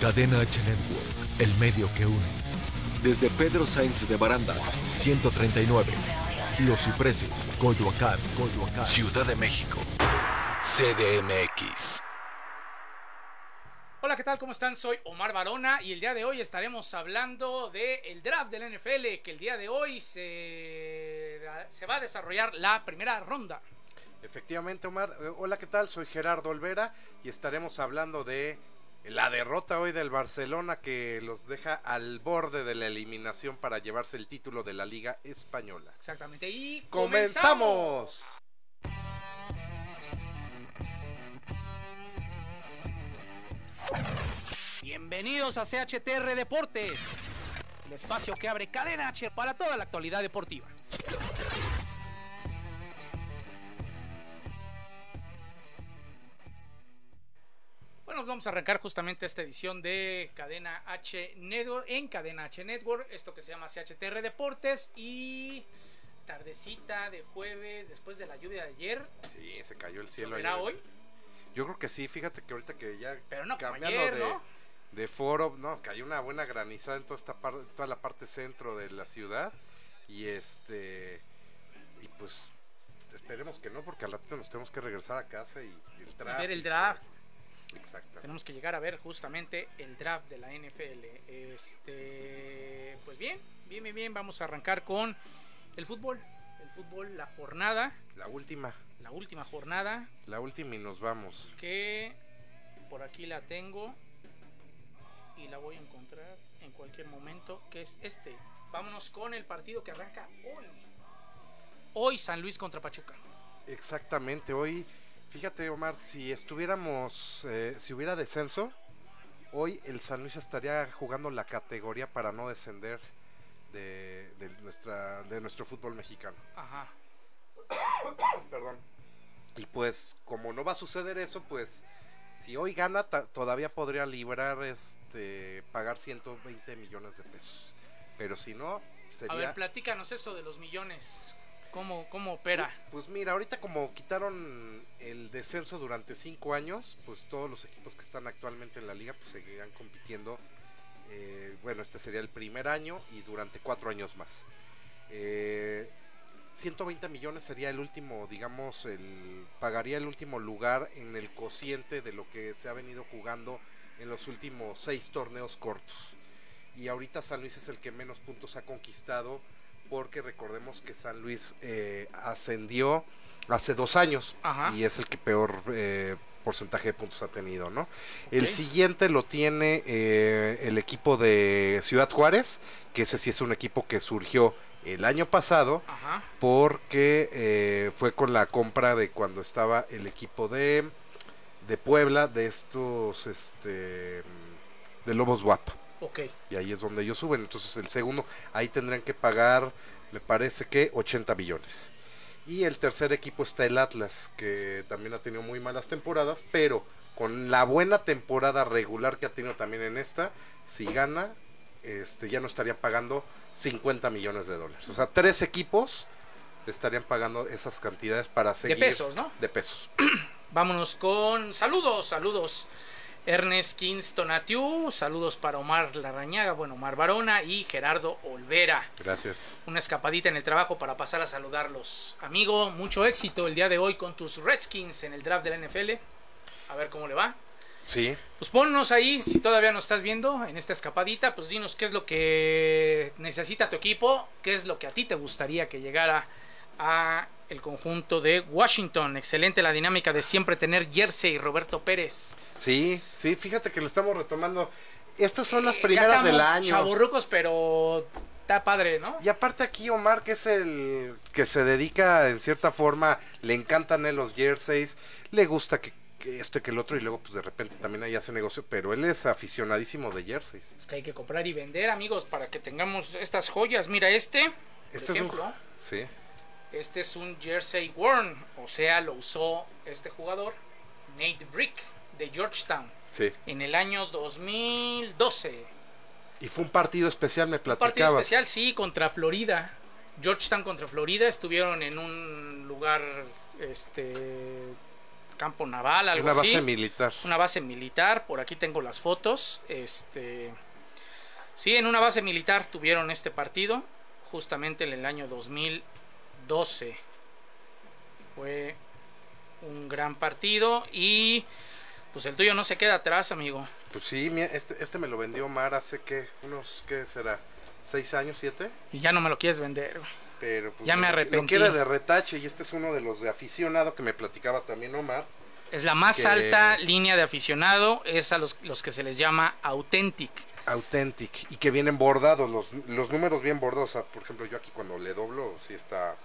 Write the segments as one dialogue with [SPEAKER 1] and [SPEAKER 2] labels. [SPEAKER 1] Cadena H Network, el medio que une. Desde Pedro Sainz de Baranda, 139. Los Cipreses, Coyoacán, Coyoacán.
[SPEAKER 2] Ciudad de México. CDMX.
[SPEAKER 3] Hola, ¿qué tal? ¿Cómo están? Soy Omar Barona y el día de hoy estaremos hablando del draft del NFL, que el día de hoy se, se va a desarrollar la primera ronda.
[SPEAKER 4] Efectivamente, Omar. Eh, Hola, ¿qué tal? Soy Gerardo Olvera y estaremos hablando de la derrota hoy del Barcelona que los deja al borde de la eliminación para llevarse el título de la Liga Española.
[SPEAKER 3] Exactamente. Y comenzamos.
[SPEAKER 4] ¡Comenzamos!
[SPEAKER 5] Bienvenidos a CHTR Deportes, el espacio que abre cadena H para toda la actualidad deportiva.
[SPEAKER 3] Bueno, vamos a arrancar justamente esta edición de Cadena H Network, en Cadena H Network, esto que se llama CHTR Deportes y tardecita de jueves después de la lluvia de ayer,
[SPEAKER 4] Sí, se cayó el cielo
[SPEAKER 3] lloverá
[SPEAKER 4] ayer.
[SPEAKER 3] hoy,
[SPEAKER 4] Yo creo que sí, fíjate que ahorita que ya
[SPEAKER 3] pero no como
[SPEAKER 4] cambiando
[SPEAKER 3] ayer,
[SPEAKER 4] de,
[SPEAKER 3] ¿no?
[SPEAKER 4] de foro, no, cayó una buena granizada en toda esta parte, toda la parte centro de la ciudad y este y pues esperemos que no porque al ratito nos tenemos que regresar a casa y, y el draft.
[SPEAKER 3] el draft.
[SPEAKER 4] Exacto.
[SPEAKER 3] Tenemos que llegar a ver justamente el draft de la NFL. Este, pues bien, bien, bien, bien, vamos a arrancar con el fútbol, el fútbol, la jornada,
[SPEAKER 4] La última,
[SPEAKER 3] la última jornada
[SPEAKER 4] la última y nos vamos.
[SPEAKER 3] que por aquí la tengo y la voy a encontrar en cualquier momento, que es este. Vámonos con el partido que arranca hoy. Hoy San Luis contra Pachuca.
[SPEAKER 4] Exactamente, hoy, fíjate Omar, si estuviéramos, eh, si hubiera descenso, hoy el San Luis estaría jugando la categoría para no descender de, de nuestra, de nuestro fútbol mexicano.
[SPEAKER 3] Ajá.
[SPEAKER 4] Perdón. Y pues, como no va a suceder eso, pues, si hoy gana, ta- todavía podría librar, este, pagar 120 millones de pesos. Pero si no, sería...
[SPEAKER 3] A ver, platícanos eso de los millones. ¿Cómo, cómo opera?
[SPEAKER 4] Pues mira, ahorita como quitaron el descenso durante cinco años, pues todos los equipos que están actualmente en la liga pues seguirán compitiendo. eh, bueno, este sería el primer año y durante cuatro años más. Eh, 120 millones sería el último, digamos, el pagaría el último lugar en el cociente de lo que se ha venido jugando en los últimos seis torneos cortos. Y ahorita San Luis es el que menos puntos ha conquistado porque recordemos que San Luis eh, ascendió hace dos años
[SPEAKER 3] Ajá.
[SPEAKER 4] y es el que peor eh, porcentaje de puntos ha tenido, ¿no? El
[SPEAKER 3] Ok.
[SPEAKER 4] siguiente lo tiene eh, el equipo de Ciudad Juárez, que ese sí es un equipo que surgió el año pasado
[SPEAKER 3] Ajá.
[SPEAKER 4] porque eh, fue con la compra de cuando estaba el equipo de, de Puebla de estos este de Lobos Guapa
[SPEAKER 3] Ok.
[SPEAKER 4] y ahí es donde ellos suben. Entonces el segundo, ahí tendrán que pagar, me parece que 80 millones. Y el tercer equipo está el Atlas, que también ha tenido muy malas temporadas, pero con la buena temporada regular que ha tenido también en esta, si gana, este, ya no estarían pagando 50 millones de dólares. O sea, tres equipos estarían pagando esas cantidades para seguir.
[SPEAKER 3] pesos, ¿no?
[SPEAKER 4] De pesos.
[SPEAKER 3] Vámonos con saludos, saludos. Ernest Kingston Atiu, saludos para Omar Larrañaga, bueno, Omar Barona y Gerardo Olvera.
[SPEAKER 4] Gracias.
[SPEAKER 3] Una escapadita en el trabajo para pasar a saludarlos. Amigo, mucho éxito el día de hoy con tus Redskins en el draft de la NFL. A ver cómo le va.
[SPEAKER 4] Sí,
[SPEAKER 3] Pues ponnos ahí, si todavía nos estás viendo en esta escapadita, pues dinos qué es lo que necesita tu equipo, qué es lo que a ti te gustaría que llegara a el conjunto de Washington. Excelente la dinámica de siempre tener Jersey y Roberto Pérez.
[SPEAKER 4] sí, sí, fíjate que lo estamos retomando. Estas son las
[SPEAKER 3] Eh,
[SPEAKER 4] primeras
[SPEAKER 3] ya estamos
[SPEAKER 4] del año.
[SPEAKER 3] Chavorrucos, pero está padre, ¿no?
[SPEAKER 4] Y aparte aquí Omar, que es el que se dedica en cierta forma, le encantan él los jerseys, le gusta que, que este que el otro y luego pues de repente también ahí hace negocio, pero él es aficionadísimo de jerseys.
[SPEAKER 3] Es que hay que comprar y vender, amigos, para que tengamos estas joyas. Mira este, por
[SPEAKER 4] Este es un-
[SPEAKER 3] ejemplo,
[SPEAKER 4] Sí.
[SPEAKER 3] este es un jersey worn, o sea, lo usó este jugador Nate Brick de Georgetown.
[SPEAKER 4] Sí.
[SPEAKER 3] en el año 2012.
[SPEAKER 4] Y fue un partido especial, me
[SPEAKER 3] Un partido
[SPEAKER 4] platicabas.
[SPEAKER 3] especial, sí, contra Florida. Georgetown contra Florida estuvieron en un lugar este campo naval, algo
[SPEAKER 4] Una
[SPEAKER 3] así.
[SPEAKER 4] base militar.
[SPEAKER 3] una base militar, por aquí tengo las fotos. Este Sí, en una base militar tuvieron este partido justamente en el año 2012. Fue un gran partido y pues el tuyo no se queda atrás, amigo.
[SPEAKER 4] Pues sí, mi- este, este me lo vendió Omar hace que unos, ¿qué será? ¿Seis años, siete?
[SPEAKER 3] Y ya no me lo quieres vender. güey.
[SPEAKER 4] Pero pues,
[SPEAKER 3] Ya me
[SPEAKER 4] lo- Lo
[SPEAKER 3] arrepentí.
[SPEAKER 4] que era de retache y este es uno de los de aficionado que me platicaba también Omar.
[SPEAKER 3] Es la más
[SPEAKER 4] Que-
[SPEAKER 3] alta línea de aficionado, es a los, los que se les llama Authentic.
[SPEAKER 4] Authentic y que vienen bordados, los, los números bien bordados. O sea, por ejemplo, yo aquí cuando le doblo, sí está.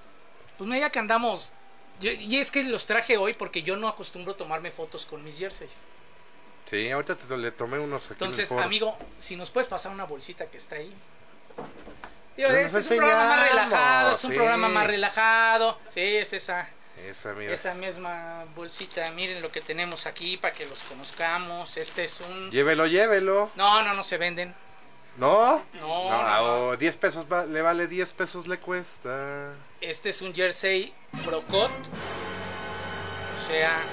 [SPEAKER 3] Pues mira, ya que andamos. yo- y es que los traje hoy porque yo no acostumbro tomarme fotos con mis jerseys.
[SPEAKER 4] Sí, ahorita te, le tomé unos aquí. en el
[SPEAKER 3] Entonces,
[SPEAKER 4] foro.
[SPEAKER 3] amigo, si nos puedes pasar una bolsita que está ahí. Digo,
[SPEAKER 4] Nos
[SPEAKER 3] este es un programa más
[SPEAKER 4] enseñamos,
[SPEAKER 3] relajado, es un
[SPEAKER 4] sí.
[SPEAKER 3] programa más relajado. Sí, es esa,
[SPEAKER 4] Esa, mira.
[SPEAKER 3] esa misma bolsita. Miren lo que tenemos aquí para que los conozcamos. Este es un...
[SPEAKER 4] Llévelo, llévelo.
[SPEAKER 3] No, no, no se venden.
[SPEAKER 4] ¿No?
[SPEAKER 3] No,
[SPEAKER 4] No,
[SPEAKER 3] no, no.
[SPEAKER 4] o 10 pesos va- le vale 10 pesos le cuesta.
[SPEAKER 3] Este es un jersey Procot. O sea,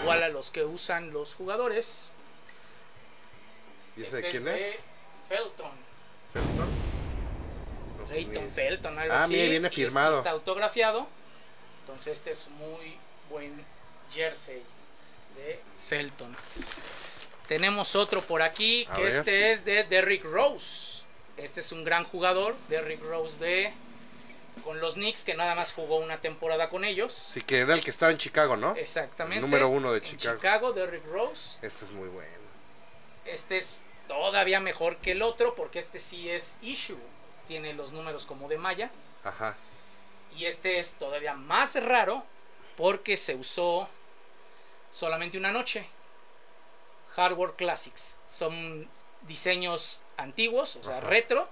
[SPEAKER 3] igual a los que usan los jugadores.
[SPEAKER 4] ¿Y ese
[SPEAKER 3] Este
[SPEAKER 4] de quién
[SPEAKER 3] de
[SPEAKER 4] es?
[SPEAKER 3] Felton.
[SPEAKER 4] ¿Felton? No,
[SPEAKER 3] Drayton
[SPEAKER 4] ni-
[SPEAKER 3] Felton, algo
[SPEAKER 4] Ah,
[SPEAKER 3] así.
[SPEAKER 4] mira,
[SPEAKER 3] y
[SPEAKER 4] viene
[SPEAKER 3] este
[SPEAKER 4] firmado.
[SPEAKER 3] está autografiado. Entonces este es muy buen jersey de Felton. Tenemos otro por aquí,
[SPEAKER 4] A
[SPEAKER 3] que
[SPEAKER 4] ver.
[SPEAKER 3] este es de Derrick Rose. Este es un gran jugador, Derrick Rose de con los Knicks, que nada más jugó una temporada con ellos.
[SPEAKER 4] Sí, que era el que estaba en Chicago, ¿no?
[SPEAKER 3] Exactamente.
[SPEAKER 4] El número uno de
[SPEAKER 3] En
[SPEAKER 4] Chicago.
[SPEAKER 3] Chicago, Derrick Rose.
[SPEAKER 4] Este es muy bueno.
[SPEAKER 3] Este es todavía mejor que el otro, porque este sí es issue. Tiene los números como de Maya.
[SPEAKER 4] Ajá.
[SPEAKER 3] Y este es todavía más raro porque se usó solamente una noche. Hardware Classics. Son diseños antiguos, o sea,
[SPEAKER 4] Ajá.
[SPEAKER 3] retro.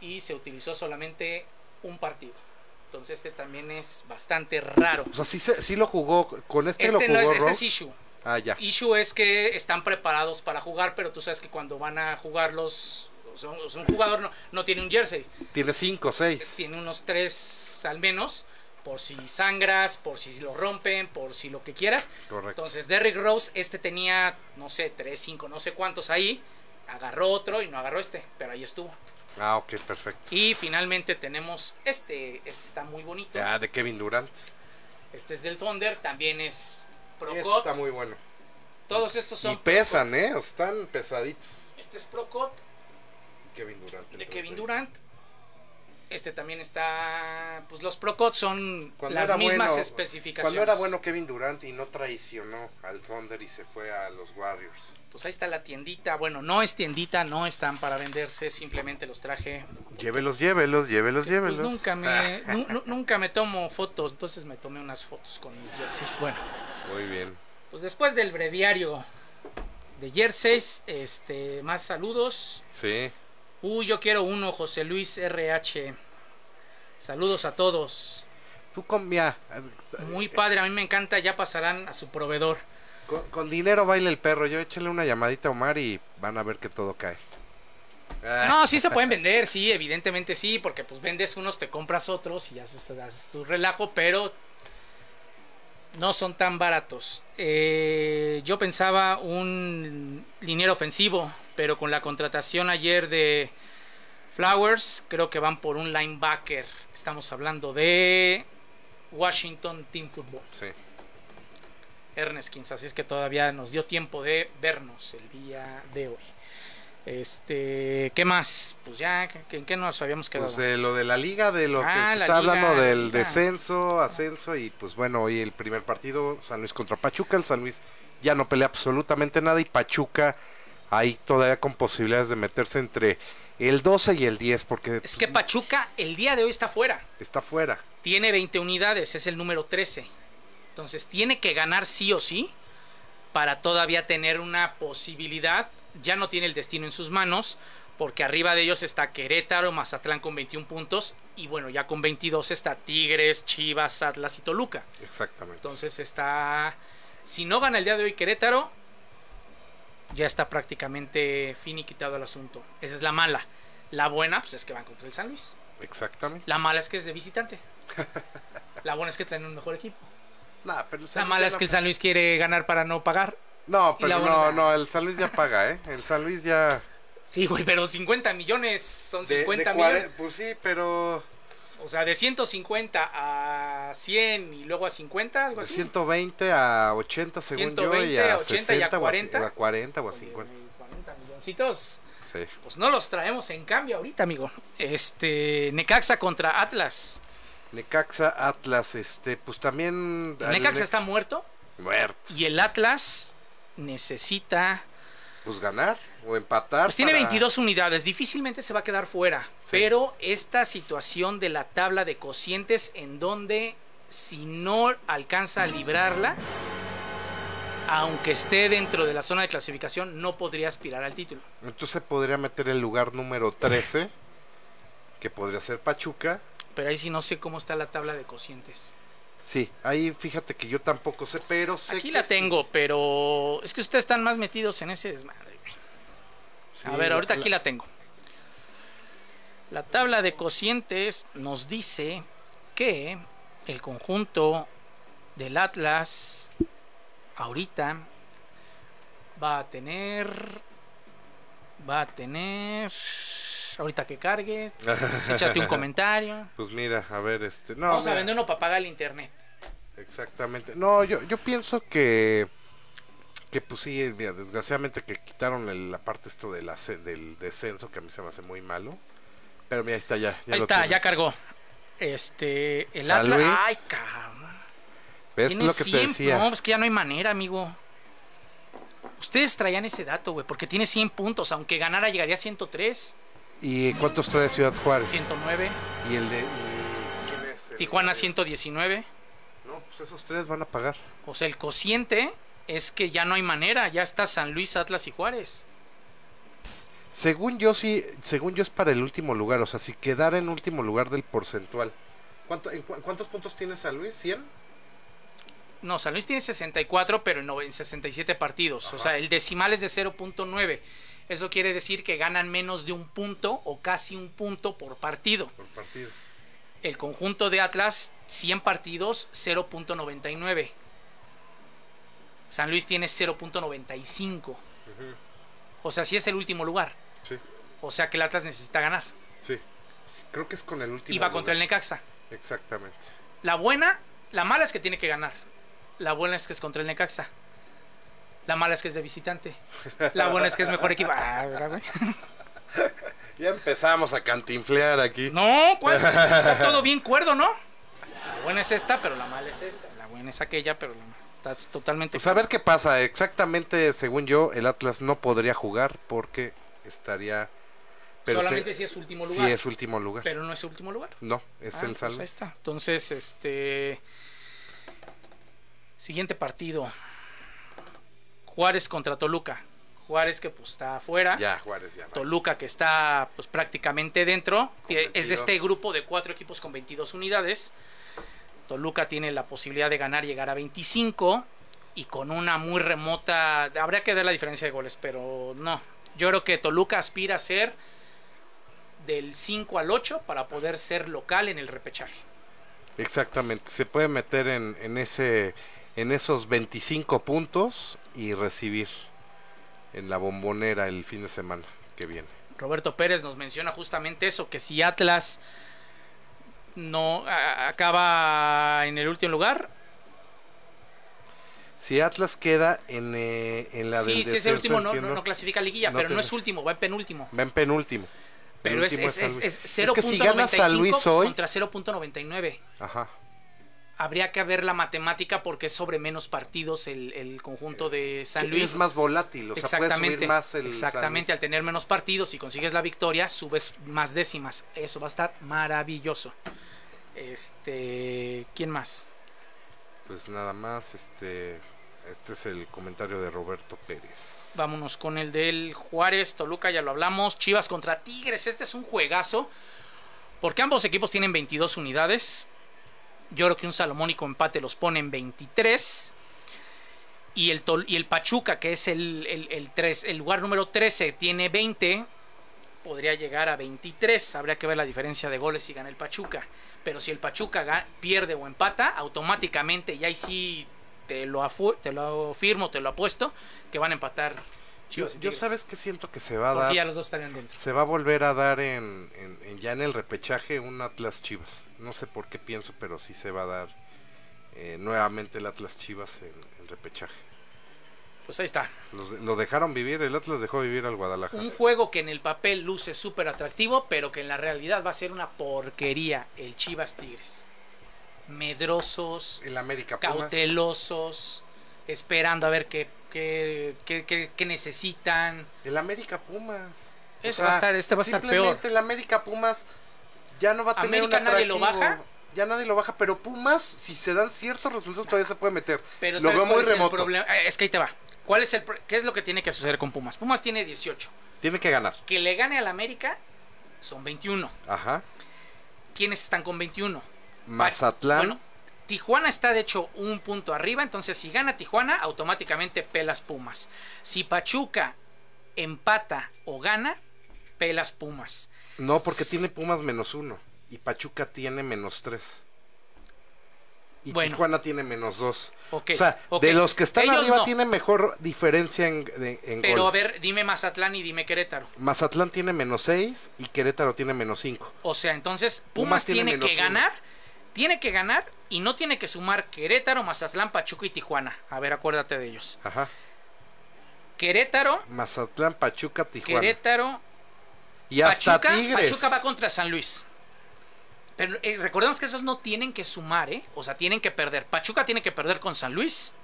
[SPEAKER 3] Y se utilizó solamente un partido. Entonces este también es bastante raro.
[SPEAKER 4] O sea, sí, se- sí lo jugó. Con este, lo
[SPEAKER 3] Este
[SPEAKER 4] jugó
[SPEAKER 3] no es, este
[SPEAKER 4] Rowe.
[SPEAKER 3] es issue.
[SPEAKER 4] Ah, ya.
[SPEAKER 3] Issue es que están preparados para jugar, pero tú sabes que cuando van a jugar los... o sea, un- o sea, un jugador no, no tiene un jersey.
[SPEAKER 4] Tiene 5 o 6.
[SPEAKER 3] tiene unos tres al menos, por si sangras, por si lo rompen, por si lo que quieras.
[SPEAKER 4] Correcto.
[SPEAKER 3] Entonces, Derrick Rose, este tenía, no sé, tres, cinco, no sé cuántos ahí. Agarró otro y no agarró este, pero ahí estuvo.
[SPEAKER 4] Ah, ok, perfecto.
[SPEAKER 3] Y finalmente tenemos este, este está muy bonito.
[SPEAKER 4] Ya, de Kevin Durant.
[SPEAKER 3] Este es del Thunder, también es Procot.
[SPEAKER 4] Está muy bueno.
[SPEAKER 3] Todos estos
[SPEAKER 4] Y
[SPEAKER 3] son.
[SPEAKER 4] pesan, ¿eh? O Están pesaditos.
[SPEAKER 3] Este es Procot
[SPEAKER 4] Kevin Durant.
[SPEAKER 3] de
[SPEAKER 4] entonces.
[SPEAKER 3] Kevin Durant. Este también está. Pues los Procot son
[SPEAKER 4] Cuando
[SPEAKER 3] las
[SPEAKER 4] era
[SPEAKER 3] mismas
[SPEAKER 4] bueno-
[SPEAKER 3] especificaciones.
[SPEAKER 4] Cuando era bueno Kevin Durant y no traicionó al Thunder y se fue a los Warriors.
[SPEAKER 3] Pues ahí está la tiendita. Bueno, no es tiendita, no están para venderse, simplemente los traje.
[SPEAKER 4] Llévelos, llévelos, llévelos, llévelos.
[SPEAKER 3] Pues nunca
[SPEAKER 4] Ah,
[SPEAKER 3] me, nu- nu- nunca me tomo fotos, entonces me tomé unas fotos con mis jerseys. Bueno,
[SPEAKER 4] Muy bien.
[SPEAKER 3] pues después del breviario de jerseys, este, más saludos.
[SPEAKER 4] Sí.
[SPEAKER 3] Uy, yo quiero uno, José Luis RH. Saludos a todos.
[SPEAKER 4] Tú con, mira,
[SPEAKER 3] Muy padre, a mí me encanta, ya pasarán a su proveedor.
[SPEAKER 4] con, con dinero baila el perro. Yo échenle una llamadita a Omar y van a ver que todo cae. Ah,
[SPEAKER 3] No, sí se pueden vender, sí, evidentemente sí, porque pues vendes unos, te compras otros y haces, haces tu relajo, pero no son tan baratos. Eh, yo pensaba un liniero ofensivo, pero con la contratación ayer de Flowers, creo que van por un linebacker. Estamos hablando de Washington Team Football.
[SPEAKER 4] Sí.
[SPEAKER 3] Erneskins, así es que todavía nos dio tiempo de vernos el día de hoy. Este, ¿qué más? Pues ya, ¿en qué nos habíamos quedado?
[SPEAKER 4] Pues de lo de la liga, de lo que
[SPEAKER 3] Ah, la
[SPEAKER 4] está
[SPEAKER 3] liga,
[SPEAKER 4] hablando
[SPEAKER 3] la
[SPEAKER 4] del
[SPEAKER 3] liga.
[SPEAKER 4] descenso, ascenso y pues bueno, hoy el primer partido, San Luis contra Pachuca, el San Luis ya no pelea absolutamente nada y Pachuca ahí todavía con posibilidades de meterse entre el 12 y el 10 porque
[SPEAKER 3] es que
[SPEAKER 4] pues,
[SPEAKER 3] Pachuca el día de hoy está fuera.
[SPEAKER 4] está fuera.
[SPEAKER 3] Tiene 20 unidades, es el número 13. Entonces tiene que ganar sí o sí para todavía tener una posibilidad. Ya no tiene el destino en sus manos porque arriba de ellos está Querétaro, Mazatlán con 21 puntos y bueno, ya con 22 está Tigres, Chivas, Atlas y Toluca.
[SPEAKER 4] Exactamente.
[SPEAKER 3] Entonces está. Si no gana el día de hoy Querétaro, ya está prácticamente finiquitado el asunto. Esa es la mala. La buena, pues es que van contra el San Luis.
[SPEAKER 4] Exactamente.
[SPEAKER 3] La mala es que es de visitante. La buena es que traen un mejor equipo.
[SPEAKER 4] Nah, pero el San
[SPEAKER 3] La
[SPEAKER 4] Luis
[SPEAKER 3] mala
[SPEAKER 4] ya
[SPEAKER 3] es
[SPEAKER 4] no-
[SPEAKER 3] que el San Luis quiere ganar para no pagar.
[SPEAKER 4] No,
[SPEAKER 3] y la
[SPEAKER 4] pero
[SPEAKER 3] buena-
[SPEAKER 4] no, no, el San Luis ya paga, ¿eh? El San Luis ya.
[SPEAKER 3] Sí, güey, pero 50 millones son
[SPEAKER 4] de- de
[SPEAKER 3] 50
[SPEAKER 4] cuare-
[SPEAKER 3] millones.
[SPEAKER 4] Pues sí, pero.
[SPEAKER 3] O sea, de 150 a 100 y luego a 50, algo
[SPEAKER 4] De
[SPEAKER 3] así.
[SPEAKER 4] 120 a 80, según yo, y
[SPEAKER 3] 120
[SPEAKER 4] a
[SPEAKER 3] a 80
[SPEAKER 4] 60
[SPEAKER 3] y a
[SPEAKER 4] o a ci-
[SPEAKER 3] 40.
[SPEAKER 4] o a 40 o a
[SPEAKER 3] Oye,
[SPEAKER 4] 50.
[SPEAKER 3] güey, 40 milloncitos.
[SPEAKER 4] Sí.
[SPEAKER 3] Pues no los traemos en cambio ahorita, amigo. Este, Necaxa contra Atlas.
[SPEAKER 4] Necaxa, Atlas, este, pues también.
[SPEAKER 3] El
[SPEAKER 4] al
[SPEAKER 3] Necaxa
[SPEAKER 4] Ne-
[SPEAKER 3] está muerto
[SPEAKER 4] Muerto.
[SPEAKER 3] y el Atlas necesita...
[SPEAKER 4] Pues ganar o empatar.
[SPEAKER 3] Pues tiene
[SPEAKER 4] para-
[SPEAKER 3] 22 unidades, difícilmente se va a quedar fuera. Pero esta situación de la tabla de cocientes en donde si no alcanza a librarla, aunque esté dentro de la zona de clasificación, no podría aspirar al título.
[SPEAKER 4] Entonces podría meter el lugar número 13, que podría ser Pachuca.
[SPEAKER 3] Pero ahí sí no sé cómo está la tabla de cocientes.
[SPEAKER 4] Sí, ahí fíjate que yo tampoco sé, pero sé
[SPEAKER 3] Aquí
[SPEAKER 4] que
[SPEAKER 3] la
[SPEAKER 4] sí-
[SPEAKER 3] tengo, pero es que ustedes están más metidos en ese desmadre. güey.
[SPEAKER 4] sí,
[SPEAKER 3] A ver, ahorita aquí la tengo. La tabla de cocientes nos dice que el conjunto del Atlas ahorita va a tener va a tener ahorita que cargue, pues, échate un comentario.
[SPEAKER 4] Pues mira, a ver, este. No,
[SPEAKER 3] Vamos a
[SPEAKER 4] mira,
[SPEAKER 3] vender uno para pagar el internet.
[SPEAKER 4] Exactamente. No, yo, yo pienso que. Que pues sí, eh, mira, desgraciadamente que quitaron el- la parte esto del, ace- del descenso, que a mí se me hace muy malo. Pero mira, ahí está ya. ya
[SPEAKER 3] Ahí
[SPEAKER 4] lo
[SPEAKER 3] está, ya
[SPEAKER 4] tienes.
[SPEAKER 3] cargó. Este, el
[SPEAKER 4] San
[SPEAKER 3] Atlas.
[SPEAKER 4] Luis.
[SPEAKER 3] Ay, cabrón.
[SPEAKER 4] ¿Ves
[SPEAKER 3] Tiene
[SPEAKER 4] lo que
[SPEAKER 3] 100.
[SPEAKER 4] te decía?
[SPEAKER 3] No, es que ya no hay manera, amigo. Ustedes traían ese dato, güey, porque tiene 100 puntos. Aunque ganara, llegaría a 103,
[SPEAKER 4] ¿Y cuántos trae Ciudad Juárez?
[SPEAKER 3] 109,
[SPEAKER 4] Y el de. y- ¿Quién es? El-
[SPEAKER 3] Tijuana 119.
[SPEAKER 4] No, pues esos tres van a pagar.
[SPEAKER 3] O sea, el cociente es que ya no hay manera. Ya está San Luis, Atlas y Juárez.
[SPEAKER 4] Según yo sí, según yo es para el último lugar, o sea, si quedara en último lugar del porcentual. ¿Cuánto, en cu- ¿Cuántos puntos tiene San Luis? ¿100?
[SPEAKER 3] No, San Luis tiene 64, pero en nove- en 67 partidos. O sea, el decimal es de 0.9. Eso quiere decir que ganan menos de un punto o casi un punto por partido.
[SPEAKER 4] por partido.
[SPEAKER 3] El conjunto de Atlas, 100 partidos, 0.99. San Luis tiene 0.95. O sea, sí es el último lugar.
[SPEAKER 4] Sí,
[SPEAKER 3] O sea que el Atlas necesita ganar.
[SPEAKER 4] sí. Creo que es con el último.
[SPEAKER 3] Y va contra el Necaxa.
[SPEAKER 4] Exactamente.
[SPEAKER 3] La buena, la mala es que tiene que ganar. La buena es que es contra el Necaxa. La mala es que es de visitante. La buena es que es mejor equipo. Ah, ¿verdad, güey?
[SPEAKER 4] Ya empezamos a cantinflear aquí.
[SPEAKER 3] No, ¿cuál? Está todo bien cuerdo, ¿no? La buena es esta, pero la mala es esta. La buena es aquella, pero la mala. Está totalmente.
[SPEAKER 4] Pues a ver qué pasa. Exactamente, según yo, el Atlas no podría jugar porque estaría.
[SPEAKER 3] Solamente
[SPEAKER 4] se-
[SPEAKER 3] si es último
[SPEAKER 4] sí
[SPEAKER 3] lugar.
[SPEAKER 4] es último lugar.
[SPEAKER 3] Pero no es último lugar.
[SPEAKER 4] No, es
[SPEAKER 3] Ah,
[SPEAKER 4] el
[SPEAKER 3] pues
[SPEAKER 4] San
[SPEAKER 3] ahí
[SPEAKER 4] Luis.
[SPEAKER 3] está. Entonces, este. Siguiente partido: Juárez contra Toluca. Juárez que pues está afuera.
[SPEAKER 4] Ya, Juárez, ya. va.
[SPEAKER 3] Toluca que está pues prácticamente dentro.
[SPEAKER 4] Con
[SPEAKER 3] Tie- Es de
[SPEAKER 4] 22.
[SPEAKER 3] este grupo de cuatro equipos con 22 unidades. Toluca tiene la posibilidad de ganar, llegar a 25. Y con una muy remota. Habría que ver la diferencia de goles, pero no. Yo creo que Toluca aspira a ser del 5 al 8 para poder ser local en el repechaje.
[SPEAKER 4] Exactamente, se puede meter en, en ese en esos 25 puntos y recibir en la bombonera el fin de semana que viene.
[SPEAKER 3] Roberto Pérez nos menciona justamente eso, que si Atlas no a- acaba en el último lugar,
[SPEAKER 4] Si Atlas queda en, eh, en la del
[SPEAKER 3] sí, sí es el
[SPEAKER 4] descenso,
[SPEAKER 3] último, no, no,
[SPEAKER 4] entiendo,
[SPEAKER 3] no clasifica a liguilla,
[SPEAKER 4] No
[SPEAKER 3] pero no
[SPEAKER 4] tendrá-
[SPEAKER 3] es último, va en penúltimo.
[SPEAKER 4] va en penúltimo.
[SPEAKER 3] Pero
[SPEAKER 4] El
[SPEAKER 3] es,
[SPEAKER 4] último
[SPEAKER 3] es,
[SPEAKER 4] San
[SPEAKER 3] es,
[SPEAKER 4] Luis.
[SPEAKER 3] es
[SPEAKER 4] que si gana San Luis
[SPEAKER 3] 0.95
[SPEAKER 4] hoy,
[SPEAKER 3] contra 0.99.
[SPEAKER 4] ajá,
[SPEAKER 3] Habría que ver la matemática porque es sobre menos partidos el, el conjunto de San
[SPEAKER 4] que
[SPEAKER 3] Luis.
[SPEAKER 4] es más volátil, o sea, puede subir más el San
[SPEAKER 3] exactamente.
[SPEAKER 4] Luis.
[SPEAKER 3] Al tener menos partidos, si consigues la victoria, subes más décimas. Eso va a estar maravilloso. Este, ¿quién más?
[SPEAKER 4] Pues nada más, este este es el comentario de Roberto Pérez.
[SPEAKER 3] Vámonos con el del Juárez, Toluca, ya lo hablamos. Chivas contra Tigres, este es un juegazo. Porque ambos equipos tienen 22 unidades. Yo creo que un salomónico empate los pone en 23. Y el, Tol- y el Pachuca, que es el, el, el tres- el lugar número 13, tiene 20. Podría llegar a 23. Habría que ver la diferencia de goles si gana el Pachuca. Pero si el Pachuca ga- pierde o empata, automáticamente, y ahí sí te lo, afu- te lo firmo, te lo apuesto, que van a empatar
[SPEAKER 4] Yo,
[SPEAKER 3] Chivas y
[SPEAKER 4] yo
[SPEAKER 3] Tigres.
[SPEAKER 4] sabes que siento que se va a
[SPEAKER 3] Porque ya
[SPEAKER 4] dar.
[SPEAKER 3] los dos estarían dentro.
[SPEAKER 4] Se va a volver a dar en, en- en- ya en el repechaje un Atlas Chivas. No sé por qué pienso, pero sí se va a dar eh, nuevamente el Atlas Chivas en, en repechaje.
[SPEAKER 3] Pues ahí está.
[SPEAKER 4] Los de- lo dejaron vivir, el Atlas dejó vivir al Guadalajara.
[SPEAKER 3] Un juego que en el papel luce súper atractivo, pero que en la realidad va a ser una porquería. El Chivas Tigres. Medrosos,
[SPEAKER 4] El América Pumas.
[SPEAKER 3] cautelosos, esperando a ver qué, qué, qué- qué- qué necesitan.
[SPEAKER 4] El América Pumas. O
[SPEAKER 3] Eso va a estar- este va a estar peor.
[SPEAKER 4] simplemente El América Pumas ya no va a tener
[SPEAKER 3] América
[SPEAKER 4] un
[SPEAKER 3] nadie lo
[SPEAKER 4] atractivo.
[SPEAKER 3] baja.
[SPEAKER 4] Ya nadie lo baja, pero Pumas, si se dan ciertos resultados, todavía se puede meter.
[SPEAKER 3] Pero
[SPEAKER 4] lo
[SPEAKER 3] ¿sabes
[SPEAKER 4] veo
[SPEAKER 3] cuál
[SPEAKER 4] muy
[SPEAKER 3] es el
[SPEAKER 4] remoto.
[SPEAKER 3] problema? Eh, Es que ahí te va. ¿Cuál es el, pro- ¿Qué es lo que tiene que suceder con Pumas? Pumas tiene 18.
[SPEAKER 4] Tiene que ganar.
[SPEAKER 3] Que le gane al América son 21.
[SPEAKER 4] Ajá.
[SPEAKER 3] ¿Quiénes están con 21?
[SPEAKER 4] Mazatlán.
[SPEAKER 3] Bueno, Tijuana está de hecho un punto arriba, entonces si gana Tijuana, automáticamente pelas Pumas. Si Pachuca empata o gana, pelas Pumas.
[SPEAKER 4] No, porque tiene Pumas menos uno. Y Pachuca tiene menos tres. Y
[SPEAKER 3] Bueno.
[SPEAKER 4] Tijuana tiene menos dos.
[SPEAKER 3] Ok,
[SPEAKER 4] O sea,
[SPEAKER 3] ok.
[SPEAKER 4] de los que están
[SPEAKER 3] Ellos
[SPEAKER 4] arriba
[SPEAKER 3] no,
[SPEAKER 4] tiene mejor diferencia en, de- en
[SPEAKER 3] Pero a
[SPEAKER 4] goles.
[SPEAKER 3] ver, dime Mazatlán y dime Querétaro.
[SPEAKER 4] Mazatlán tiene menos seis y Querétaro tiene menos cinco.
[SPEAKER 3] O sea, entonces Pumas,
[SPEAKER 4] Pumas tiene
[SPEAKER 3] tiene,
[SPEAKER 4] menos
[SPEAKER 3] que
[SPEAKER 4] uno.
[SPEAKER 3] ganar, tiene que ganar y no tiene que sumar Querétaro, Mazatlán, Pachuca y Tijuana. A ver, acuérdate de ellos.
[SPEAKER 4] Ajá.
[SPEAKER 3] Querétaro,
[SPEAKER 4] Mazatlán, Pachuca, Tijuana.
[SPEAKER 3] Querétaro,
[SPEAKER 4] y hasta
[SPEAKER 3] Pachuca,
[SPEAKER 4] Tigres.
[SPEAKER 3] Pachuca va contra San Luis. Pero eh, recordemos que esos no tienen que sumar, ¿eh? O sea, tienen que perder. Pachuca tiene que perder con San Luis.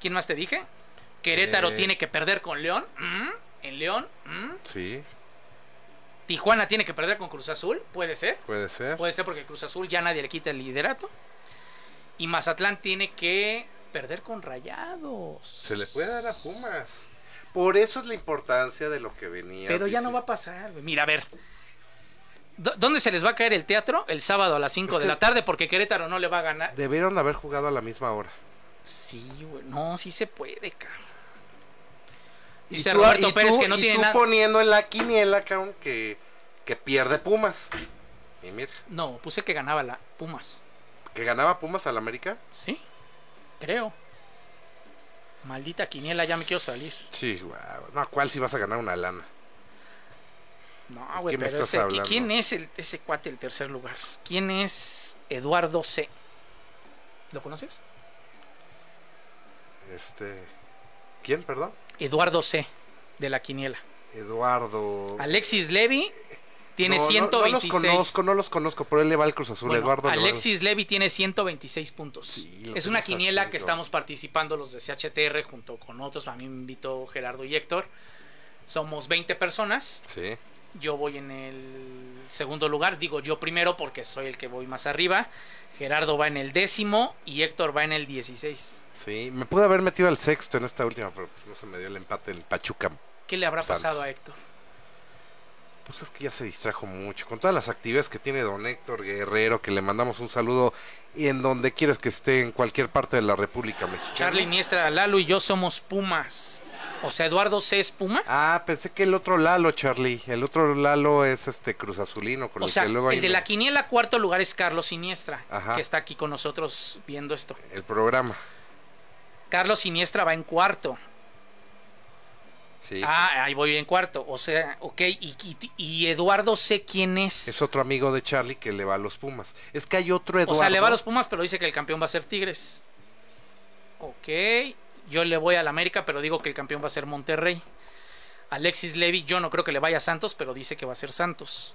[SPEAKER 3] ¿Quién más te dije? Querétaro
[SPEAKER 4] Eh.
[SPEAKER 3] tiene que perder con León. Mm, En León. Mm.
[SPEAKER 4] Sí,
[SPEAKER 3] Tijuana tiene que perder con Cruz Azul. Puede ser.
[SPEAKER 4] puede ser.
[SPEAKER 3] Puede ser porque Cruz Azul ya nadie le quita el liderato. Y Mazatlán tiene que perder con Rayados.
[SPEAKER 4] Se le puede dar a Pumas. Por eso es la importancia de lo que venía.
[SPEAKER 3] Pero ya no va a pasar. güey. Mira, a ver. ¿Dó- ¿Dónde se les va a caer el teatro? El sábado a las 5
[SPEAKER 4] Es
[SPEAKER 3] de
[SPEAKER 4] que-
[SPEAKER 3] la tarde porque Querétaro no le va a ganar.
[SPEAKER 4] Debieron haber jugado a la misma hora.
[SPEAKER 3] Sí, güey. No, sí se puede, cabrón. Dice
[SPEAKER 4] tú-
[SPEAKER 3] Roberto
[SPEAKER 4] tú-
[SPEAKER 3] Pérez que no
[SPEAKER 4] y
[SPEAKER 3] tiene
[SPEAKER 4] tú
[SPEAKER 3] nada.
[SPEAKER 4] poniendo en la quiniela, cabrón, que, que pierde Pumas. Y mira,
[SPEAKER 3] No, puse que ganaba la Pumas.
[SPEAKER 4] que ganaba Pumas al América.
[SPEAKER 3] ¿Sí? Creo. Maldita quiniela, ya me quiero salir.
[SPEAKER 4] Sí, guau. No, ¿cuál si vas a ganar una lana?
[SPEAKER 3] No,
[SPEAKER 4] ¿De
[SPEAKER 3] güey,
[SPEAKER 4] qué me
[SPEAKER 3] pero
[SPEAKER 4] estás
[SPEAKER 3] ese, ¿qui-
[SPEAKER 4] hablando?
[SPEAKER 3] ¿quién es el, ese cuate el tercer lugar? ¿Quién es Eduardo C? ¿Lo conoces?
[SPEAKER 4] Este. ¿Quién, perdón?
[SPEAKER 3] Eduardo C, de la quiniela.
[SPEAKER 4] Eduardo.
[SPEAKER 3] Alexis Levy tiene
[SPEAKER 4] No, no-
[SPEAKER 3] 126.
[SPEAKER 4] No, los conozco, no los conozco, pero él le va al Cruz Azul.
[SPEAKER 3] Bueno,
[SPEAKER 4] Eduardo le va al-
[SPEAKER 3] Alexis Levy tiene 126 puntos.
[SPEAKER 4] Sí, lo
[SPEAKER 3] es una
[SPEAKER 4] tenemos
[SPEAKER 3] quiniela que
[SPEAKER 4] haciendo.
[SPEAKER 3] estamos participando los de CHTR junto con otros. A mí me invitó Gerardo y Héctor. Somos 20 personas.
[SPEAKER 4] Sí.
[SPEAKER 3] Yo voy en el segundo lugar. Digo yo primero porque soy el que voy más arriba. Gerardo va en el décimo y Héctor va en el 16.
[SPEAKER 4] Sí, me pude haber metido al sexto en esta última, pero pues, no se me dio el empate el Pachuca.
[SPEAKER 3] ¿Qué le habrá
[SPEAKER 4] Santos.
[SPEAKER 3] pasado a Héctor?
[SPEAKER 4] Pues es que ya se distrajo mucho. Con todas las actividades que tiene don Héctor Guerrero, que le mandamos un saludo y en donde quieres que esté, en cualquier parte de la República Mexicana.
[SPEAKER 3] Charlie Niestra, Lalo y yo somos Pumas. O sea, Eduardo C es Puma.
[SPEAKER 4] Ah, pensé que el otro Lalo, Charlie. El otro Lalo es este Cruz Azulino, con
[SPEAKER 3] O
[SPEAKER 4] el
[SPEAKER 3] sea,
[SPEAKER 4] que luego ahí
[SPEAKER 3] el de
[SPEAKER 4] me-
[SPEAKER 3] la quiniela cuarto lugar es Carlos Siniestra,
[SPEAKER 4] Ajá.
[SPEAKER 3] que está aquí con nosotros viendo esto.
[SPEAKER 4] el programa.
[SPEAKER 3] Carlos Siniestra va en cuarto.
[SPEAKER 4] Sí.
[SPEAKER 3] Ah, ahí voy en cuarto. O sea, ok. Y, y- y Eduardo sé quién es.
[SPEAKER 4] Es otro amigo de Charlie que le va a los Pumas. Es que hay otro Eduardo.
[SPEAKER 3] o sea, le va a los Pumas, pero dice que el campeón va a ser Tigres. Ok. Yo le voy al América, pero digo que el campeón va a ser Monterrey. Alexis Levy, yo no creo que le vaya a Santos, pero dice que va a ser Santos.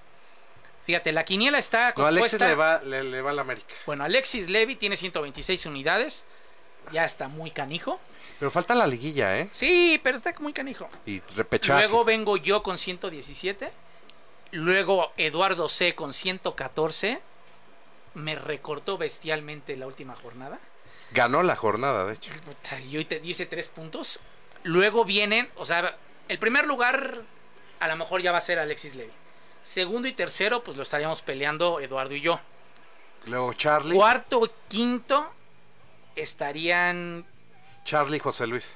[SPEAKER 3] Fíjate, la quiniela está
[SPEAKER 4] No, Alexis
[SPEAKER 3] compuesta.
[SPEAKER 4] le va, le, le va a la América.
[SPEAKER 3] Bueno, Alexis Levy tiene 126 unidades. Ya está muy canijo.
[SPEAKER 4] Pero falta la liguilla, ¿eh?
[SPEAKER 3] Sí, pero está muy canijo.
[SPEAKER 4] Y repechaje.
[SPEAKER 3] Luego vengo yo con 117. Luego Eduardo C con 114. Me recortó bestialmente la última jornada.
[SPEAKER 4] Ganó la jornada, de hecho.
[SPEAKER 3] Puta, Y hoy te dice tres puntos. Luego vienen, o sea, el primer lugar a lo mejor ya va a ser Alexis Levy. Segundo y tercero, pues lo estaríamos peleando Eduardo y yo.
[SPEAKER 4] Luego Charlie.
[SPEAKER 3] Cuarto y quinto estarían
[SPEAKER 4] Charlie José Luis.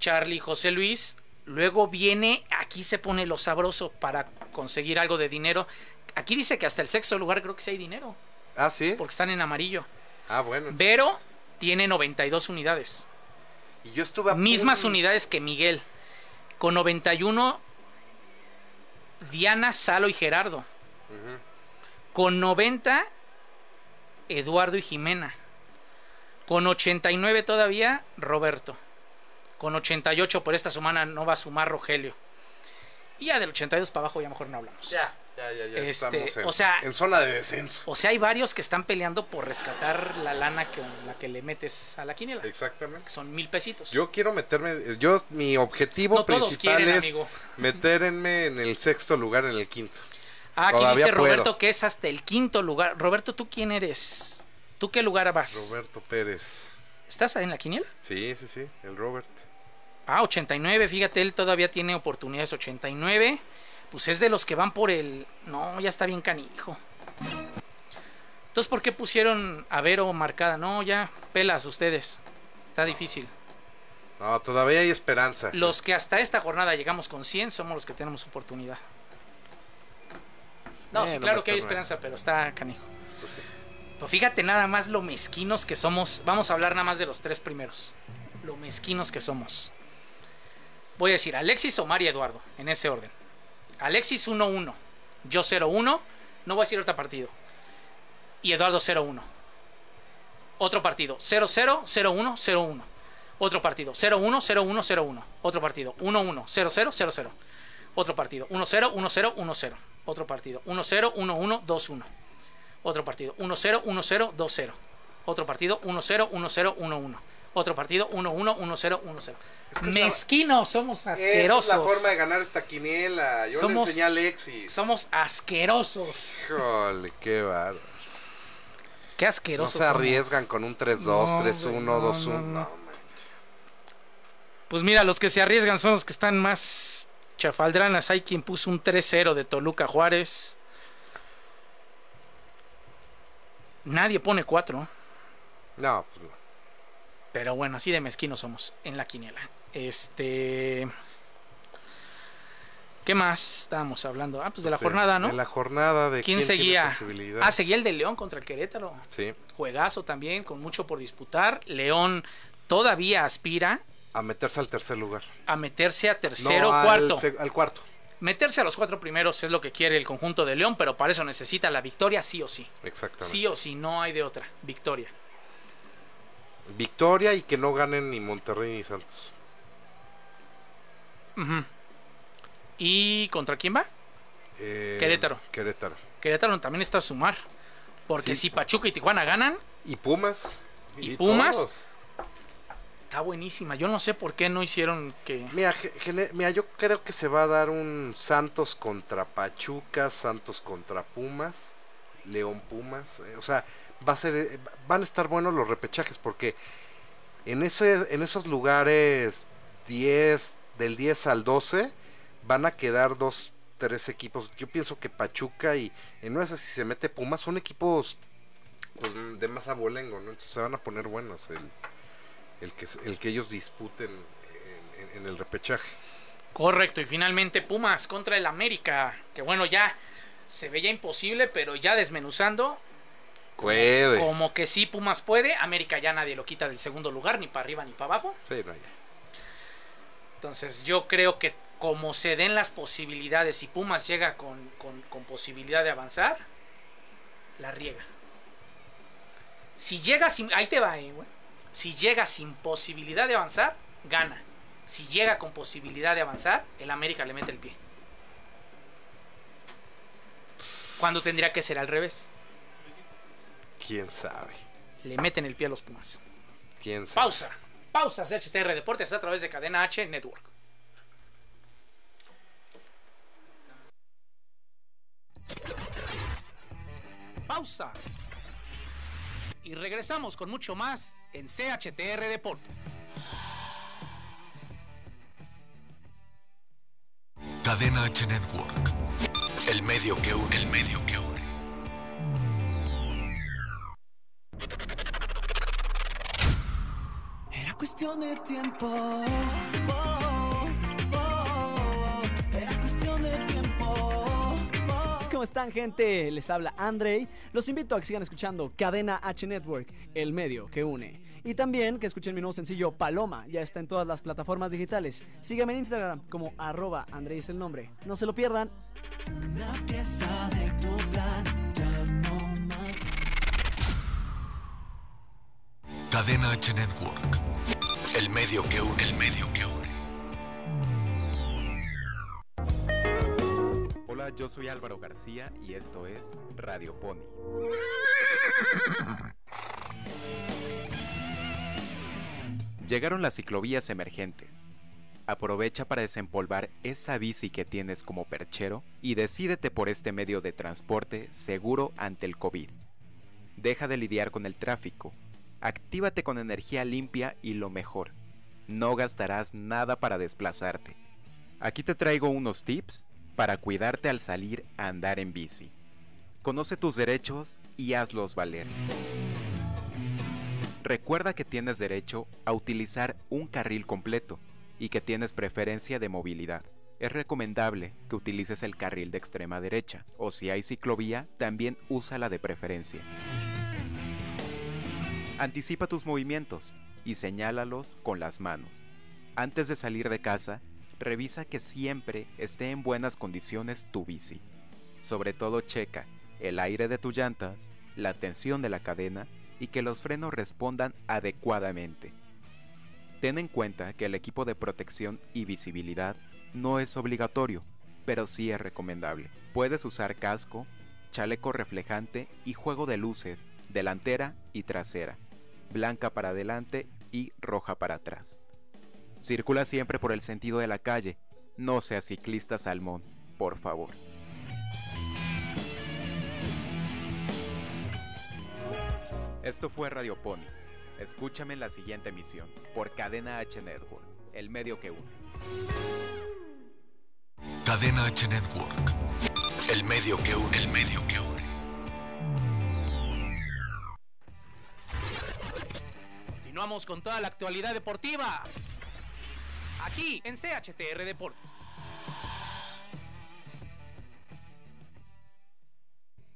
[SPEAKER 3] Charlie José Luis. Luego viene, aquí se pone lo sabroso para conseguir algo de dinero. Aquí dice que hasta el sexto lugar creo que sí hay dinero,
[SPEAKER 4] Ah, sí.
[SPEAKER 3] porque están en amarillo.
[SPEAKER 4] Ah, bueno. entonces-
[SPEAKER 3] Vero tiene 92 unidades.
[SPEAKER 4] Y yo estuve a
[SPEAKER 3] Mismas
[SPEAKER 4] punto-
[SPEAKER 3] unidades que Miguel. Con 91, Diana, Salo y Gerardo.
[SPEAKER 4] Ujú.
[SPEAKER 3] Con 90, Eduardo y Jimena. Con 89 todavía, Roberto. Con 88, por esta semana no va a sumar Rogelio. Y ya del 82 para abajo ya mejor no hablamos.
[SPEAKER 4] Ya, ya, ya, ya.
[SPEAKER 3] Este,
[SPEAKER 4] estamos en,
[SPEAKER 3] o sea-
[SPEAKER 4] en zona de descenso.
[SPEAKER 3] O sea, hay varios que están peleando por rescatar la lana con la que le metes a la quiniela. Que
[SPEAKER 4] Exactamente.
[SPEAKER 3] son mil pesitos.
[SPEAKER 4] Yo quiero meterme, yo mi objetivo
[SPEAKER 3] no todos
[SPEAKER 4] principal
[SPEAKER 3] quieren,
[SPEAKER 4] es
[SPEAKER 3] amigo.
[SPEAKER 4] meterme en el sexto lugar, en el quinto.
[SPEAKER 3] Ah, aquí
[SPEAKER 4] Todavía
[SPEAKER 3] dice Roberto
[SPEAKER 4] puedo.
[SPEAKER 3] que es hasta el quinto lugar. Roberto, ¿tú quién eres? ¿Tú qué lugar vas?
[SPEAKER 4] Roberto Pérez.
[SPEAKER 3] ¿Estás en la quiniela?
[SPEAKER 4] Sí, sí, sí, el Robert.
[SPEAKER 3] Ah, 89, fíjate, él todavía tiene oportunidades 89. Pues es de los que van por el... No, ya está bien canijo. Entonces, ¿por qué pusieron a Vero marcada? No, ya, pelas ustedes. Está difícil.
[SPEAKER 4] No, todavía hay esperanza.
[SPEAKER 3] Los que hasta esta jornada llegamos con 100 somos los que tenemos oportunidad. No,
[SPEAKER 4] Eh,
[SPEAKER 3] sí,
[SPEAKER 4] no
[SPEAKER 3] claro
[SPEAKER 4] me
[SPEAKER 3] que hay
[SPEAKER 4] acuerdo.
[SPEAKER 3] esperanza, pero está canijo.
[SPEAKER 4] Pues sí.
[SPEAKER 3] Pero fíjate nada más lo mezquinos que somos. Vamos a hablar nada más de los tres primeros. Lo mezquinos que somos. Voy a decir Alexis, Omar y Eduardo, en ese orden. Alexis 1-1, yo 0-1, no voy a decir otro partido. Y Eduardo 0-1. Otro partido, 0-0, 0-1, 0-1. Otro partido, 0-1, 0-1, 0-1. Otro partido, 1-1, 0-0, 0-0. Otro partido, 1-0, 1-0, 1-0. Otro partido, 1-0, 1-1, 2-1. Otro partido, 1-0, 1-0, 2-0. Otro partido, 1-0, 1-0, 1-1. Otro partido, 1-1, 1-0, 1-0.
[SPEAKER 4] Es que es la-
[SPEAKER 3] Mezquinos, somos
[SPEAKER 4] Esa es la
[SPEAKER 3] asquerosos.
[SPEAKER 4] forma de ganar esta quiniela. Yo
[SPEAKER 3] Somos-
[SPEAKER 4] le enseñé a Alexis.
[SPEAKER 3] Somos asquerosos.
[SPEAKER 4] Híjole, qué bárbaro.
[SPEAKER 3] Qué
[SPEAKER 4] No
[SPEAKER 3] asquerosos.
[SPEAKER 4] se arriesgan con un 3-2,
[SPEAKER 3] No,
[SPEAKER 4] 3-1,
[SPEAKER 3] güey, no,
[SPEAKER 4] 2-1.
[SPEAKER 3] no, no.
[SPEAKER 4] No, manches.
[SPEAKER 3] somos. Pues mira, los que se arriesgan son los que están más chafaldranas. Hay quien puso un 3-0 de Toluca a Juárez. Nadie pone 4.
[SPEAKER 4] No, pues no.
[SPEAKER 3] Pero bueno, así de mezquinos somos en la quiniela. Este. ¿Qué más estábamos hablando? Ah, pues de la
[SPEAKER 4] Sí,
[SPEAKER 3] jornada, ¿no?
[SPEAKER 4] De la jornada de
[SPEAKER 3] ¿Quién
[SPEAKER 4] quién tiene
[SPEAKER 3] seguía?
[SPEAKER 4] posibilidad.
[SPEAKER 3] Ah, seguía el de León contra el Querétaro.
[SPEAKER 4] Sí,
[SPEAKER 3] Juegazo también, con mucho por disputar. León todavía aspira
[SPEAKER 4] a meterse al tercer lugar.
[SPEAKER 3] a meterse a tercero,
[SPEAKER 4] No, al
[SPEAKER 3] cuarto.
[SPEAKER 4] seg- Al cuarto.
[SPEAKER 3] Meterse a los cuatro primeros es lo que quiere el conjunto de León, pero para eso necesita la victoria sí o sí.
[SPEAKER 4] Exactamente.
[SPEAKER 3] Sí o sí, no hay de otra. Victoria.
[SPEAKER 4] Victoria y que no ganen ni Monterrey ni Santos.
[SPEAKER 3] Ujú. ¿Y contra quién va?
[SPEAKER 4] Eh,
[SPEAKER 3] Querétaro.
[SPEAKER 4] Querétaro.
[SPEAKER 3] Querétaro también está a sumar. Porque
[SPEAKER 4] Sí.
[SPEAKER 3] si Pachuca y Tijuana ganan,
[SPEAKER 4] Y Pumas.
[SPEAKER 3] ¿Y Pumas?
[SPEAKER 4] todos.
[SPEAKER 3] está buenísima. Yo no sé por qué no hicieron que...
[SPEAKER 4] Mira, ge- gene- mira, yo creo que se va a dar un Santos contra Pachuca, Santos contra Pumas, León Pumas. eh, o sea, va a ser, eh, va- van a estar buenos los repechajes porque en, ese, en esos lugares 10, del 10 al 12, van a quedar dos, tres equipos. Yo pienso que Pachuca y en una de esas, si se mete Pumas, son equipos pues, de más abolengo, ¿no? Entonces se van a poner buenos el, el, que, el que ellos disputen en, en- en el repechaje.
[SPEAKER 3] Correcto, y finalmente Pumas contra el América. Que bueno, ya se veía imposible, pero ya desmenuzando,
[SPEAKER 4] Puede.
[SPEAKER 3] como que sí Pumas puede. América ya nadie lo quita del segundo lugar, ni para arriba ni para abajo.
[SPEAKER 4] Sí, no, ya.
[SPEAKER 3] Entonces yo creo que como se den las posibilidades y Pumas llega con, con- con posibilidad de avanzar, la riega. Si llega sin... Ahí te va, eh, güey. Si llega sin posibilidad de avanzar, gana. Si llega con posibilidad de avanzar, el América le mete el pie. Cuando tendría que ser al revés.
[SPEAKER 4] ¿Quién sabe?
[SPEAKER 3] Le meten el pie a los Pumas.
[SPEAKER 4] ¿Quién sabe?
[SPEAKER 3] Pausa. Pausa HTR Deportes a través de Cadena H Network.
[SPEAKER 5] Pausa. Y regresamos con mucho más en CHTR Deportes.
[SPEAKER 1] Cadena H Network. El medio que une. El medio que une.
[SPEAKER 2] Era cuestión de tiempo. Oh, oh, oh. Era cuestión de tiempo. Oh, ¿Cómo están, gente? Les habla Andrei. Los invito a que sigan escuchando Cadena H Network, el medio que une. Y también que escuchen mi nuevo sencillo Paloma, ya está en todas las plataformas digitales. Sígueme en Instagram como arroba Andrei es el nombre. No se lo pierdan.
[SPEAKER 1] Cadena H Network. El medio que une. El medio que une.
[SPEAKER 6] Hola, yo soy Álvaro García y esto es Radio Pony. Llegaron las ciclovías emergentes. Aprovecha para desempolvar esa bici que tienes como perchero y decídete por este medio de transporte seguro ante el COVID. Deja de lidiar con el tráfico. Actívate con energía limpia y lo mejor. No gastarás nada para desplazarte. Aquí te traigo unos tips para cuidarte al salir a andar en bici. Conoce tus derechos y hazlos valer. Recuerda que tienes derecho a utilizar un carril completo y que tienes preferencia de movilidad. Es recomendable que utilices el carril de extrema derecha o si hay ciclovía, también úsala de preferencia. Anticipa tus movimientos y señálalos con las manos. Antes de salir de casa, revisa que siempre esté en buenas condiciones tu bici. Sobre todo checa el aire de tus llantas, la tensión de la cadena y que los frenos respondan adecuadamente. Ten en cuenta que el equipo de protección y visibilidad no es obligatorio, pero sí es recomendable. Puedes usar casco, chaleco reflejante y juego de luces delantera y trasera, blanca para adelante y roja para atrás. Circula siempre por el sentido de la calle. No seas ciclista salmón, por favor. Esto fue Radio Pony. Escúchame en la siguiente emisión por Cadena H Network, el medio que une.
[SPEAKER 1] Cadena H Network. El medio que une. El medio que une.
[SPEAKER 5] Continuamos con toda la actualidad deportiva. Aquí en CHTR Deportes.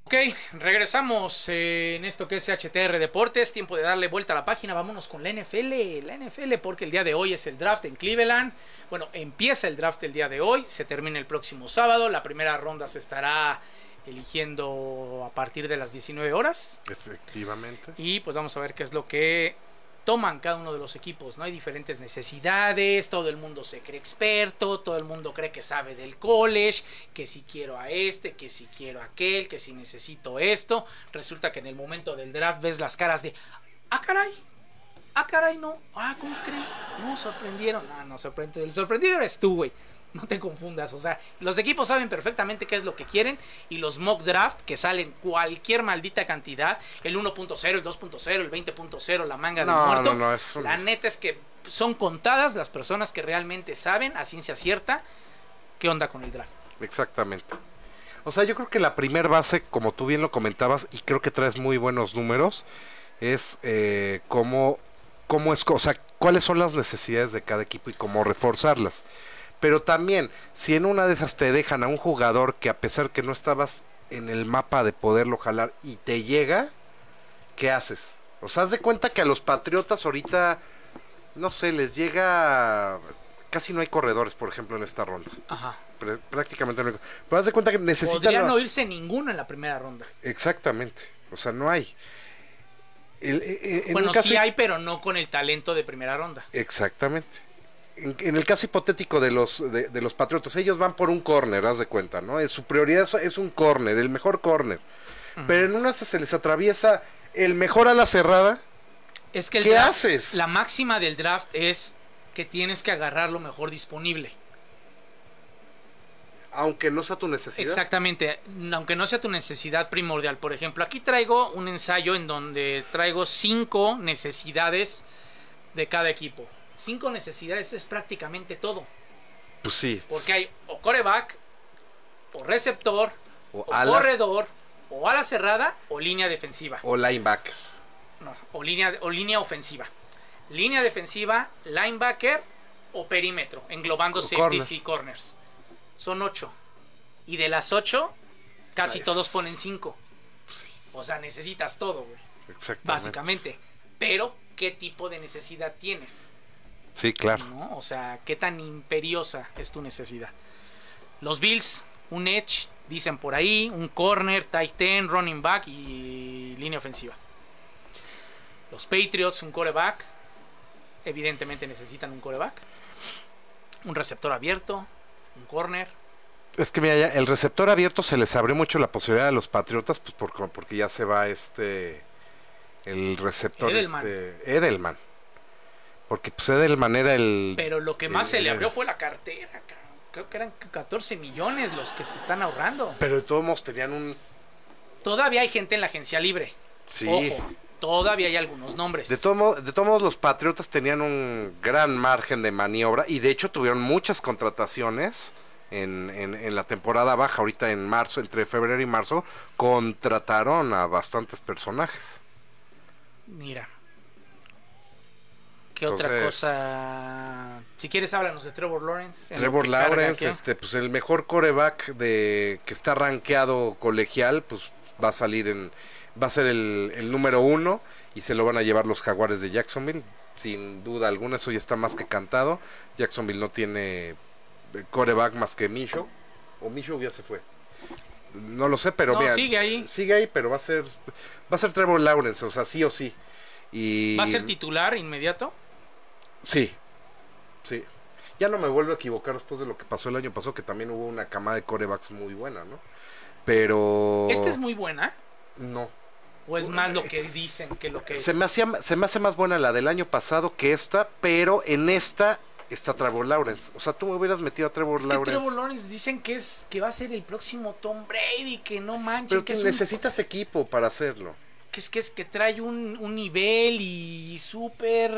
[SPEAKER 3] Ok, regresamos eh, en esto que es CHTR Deportes. Tiempo de darle vuelta a la página. Vámonos con la NFL. La NFL porque el día de hoy es el draft en Cleveland. Bueno, empieza el draft el día de hoy. Se termina el próximo sábado. La primera ronda se estará eligiendo a partir de las 19 horas.
[SPEAKER 4] Efectivamente.
[SPEAKER 3] Y pues vamos a ver qué es lo que toman cada uno de los equipos, ¿no? Hay diferentes necesidades, todo el mundo se cree experto, todo el mundo cree que sabe del college, que si quiero a este, que si quiero a aquel, que si necesito esto. Resulta que en el momento del draft ves las caras de, ah, caray, ah, caray, no, ah, ¿cómo crees? No, sorprendieron, ah, no, sorprendieron, el sorprendido eres tú, güey. No te confundas, o sea, los equipos saben perfectamente qué es lo que quieren y los mock draft que salen cualquier maldita cantidad, el 1.0, el 2.0, el 20.0, la manga del
[SPEAKER 4] No,
[SPEAKER 3] muerto.
[SPEAKER 4] no, no, es un-
[SPEAKER 3] La neta es que son contadas las personas que realmente saben a ciencia cierta qué onda con el draft.
[SPEAKER 4] Exactamente. O sea, yo creo que la primer base, como tú bien lo comentabas, y creo que traes muy buenos números, es eh, cómo, cómo es, o sea, cuáles son las necesidades de cada equipo y cómo reforzarlas. Pero también, si en una de esas te dejan a un jugador que a pesar que no estabas en el mapa de poderlo jalar y te llega, ¿qué haces? O sea, haz de cuenta que a los Patriotas ahorita, no sé, les llega... Casi no hay corredores, por ejemplo, en esta ronda
[SPEAKER 3] Ajá.
[SPEAKER 4] prá- prácticamente no hay- Pero haz de cuenta que necesitan.
[SPEAKER 3] Podría no irse ninguno en la primera ronda.
[SPEAKER 4] Exactamente. O sea, no hay. El- e- e- en
[SPEAKER 3] bueno,
[SPEAKER 4] un caso-
[SPEAKER 3] sí hay, pero no con el talento de primera ronda.
[SPEAKER 4] Exactamente. En, en el caso hipotético de los, de, de los Patriotas, ellos van por un corner, haz de cuenta, ¿no? Es- su prioridad es, es un corner, el mejor corner. Pero en una se, se les atraviesa el mejor a la cerrada.
[SPEAKER 3] Es que el
[SPEAKER 4] ¿Qué
[SPEAKER 3] draft-
[SPEAKER 4] haces?
[SPEAKER 3] La máxima del draft es que tienes que agarrar lo mejor disponible.
[SPEAKER 4] Aunque no sea tu necesidad.
[SPEAKER 3] Exactamente, aunque no sea tu necesidad primordial. Por ejemplo, aquí traigo un ensayo en donde traigo cinco necesidades de cada equipo. Cinco necesidades es prácticamente todo.
[SPEAKER 4] Pues sí.
[SPEAKER 3] Porque hay o coreback, o receptor,
[SPEAKER 4] O,
[SPEAKER 3] o
[SPEAKER 4] alas,
[SPEAKER 3] corredor, o ala cerrada, o línea defensiva.
[SPEAKER 4] o linebacker.
[SPEAKER 3] No, o línea, o línea ofensiva. Línea defensiva, linebacker o perímetro, englobando
[SPEAKER 4] O
[SPEAKER 3] safeties
[SPEAKER 4] corner.
[SPEAKER 3] y corners. Son ocho. Y de las ocho, Casi
[SPEAKER 4] Nice.
[SPEAKER 3] todos ponen 5. O sea, necesitas todo, güey.
[SPEAKER 4] Exactamente.
[SPEAKER 3] Básicamente. Pero, ¿qué tipo de necesidad tienes?
[SPEAKER 4] Sí, claro.
[SPEAKER 3] ¿no? O sea, qué tan imperiosa es tu necesidad. Los Bills, un edge, dicen por ahí, un corner, tight end, running back y línea ofensiva. Los Patriots, un coreback. Evidentemente necesitan un coreback. Un receptor abierto, un corner.
[SPEAKER 4] Es que mira, ya el receptor abierto se les abrió mucho la posibilidad a los Patriotas, pues por- porque ya se va este. El receptor
[SPEAKER 3] Edelman.
[SPEAKER 4] este, Edelman. Porque pues Edelman era el.
[SPEAKER 3] Pero lo que más
[SPEAKER 4] Eh,
[SPEAKER 3] se le
[SPEAKER 4] eh.
[SPEAKER 3] abrió fue la cartera. cabrón. Creo que eran 14 millones los que se están ahorrando.
[SPEAKER 4] Pero de todos modos tenían un.
[SPEAKER 3] Todavía hay gente en la agencia libre.
[SPEAKER 4] Sí.
[SPEAKER 3] Ojo, todavía hay algunos nombres.
[SPEAKER 4] De, todo modo- de todos modos, los Patriotas tenían un gran margen de maniobra y de hecho tuvieron muchas contrataciones en, en- en la temporada baja, ahorita en marzo, entre febrero y marzo, contrataron a bastantes personajes.
[SPEAKER 3] Mira. ¿Qué otra
[SPEAKER 4] Entonces-
[SPEAKER 3] cosa? Si quieres, háblanos de Trevor Lawrence. en lo
[SPEAKER 4] Trevor
[SPEAKER 3] que carga
[SPEAKER 4] Lawrence,
[SPEAKER 3] aquí.
[SPEAKER 4] este, pues el mejor coreback de que está rankeado colegial, pues va a salir en, va a ser el, el número uno y se lo van a llevar los jaguares de Jacksonville, sin duda alguna, eso ya está más que cantado. Jacksonville no tiene eh, coreback más que Micho, o Micho ya se fue. No lo sé, pero
[SPEAKER 3] No,
[SPEAKER 4] vean,
[SPEAKER 3] sigue ahí.
[SPEAKER 4] sigue ahí, pero va a ser, va a ser Trevor Lawrence, o sea, sí o sí. Y
[SPEAKER 3] ¿Va a ser titular inmediato?
[SPEAKER 4] Sí, sí. Ya no me vuelvo a equivocar después de lo que pasó el año pasado, que también hubo una cama de corebacks muy buena, ¿no? Pero...
[SPEAKER 3] ¿Esta Este es muy buena?
[SPEAKER 4] No.
[SPEAKER 3] ¿O es más lo que dicen que lo que es?
[SPEAKER 4] Se me, hacía- se me hace más buena la del año pasado que esta, pero en esta está Trevor Lawrence. O sea, tú me hubieras metido a Trevor
[SPEAKER 3] Es que
[SPEAKER 4] Lawrence.
[SPEAKER 3] Trevor Lawrence dicen que, es, que va a ser el próximo Tom Brady, que no manches,
[SPEAKER 4] pero
[SPEAKER 3] que,
[SPEAKER 4] que
[SPEAKER 3] es un-
[SPEAKER 4] necesitas equipo para hacerlo.
[SPEAKER 3] que es que es que trae un, un nivel y súper...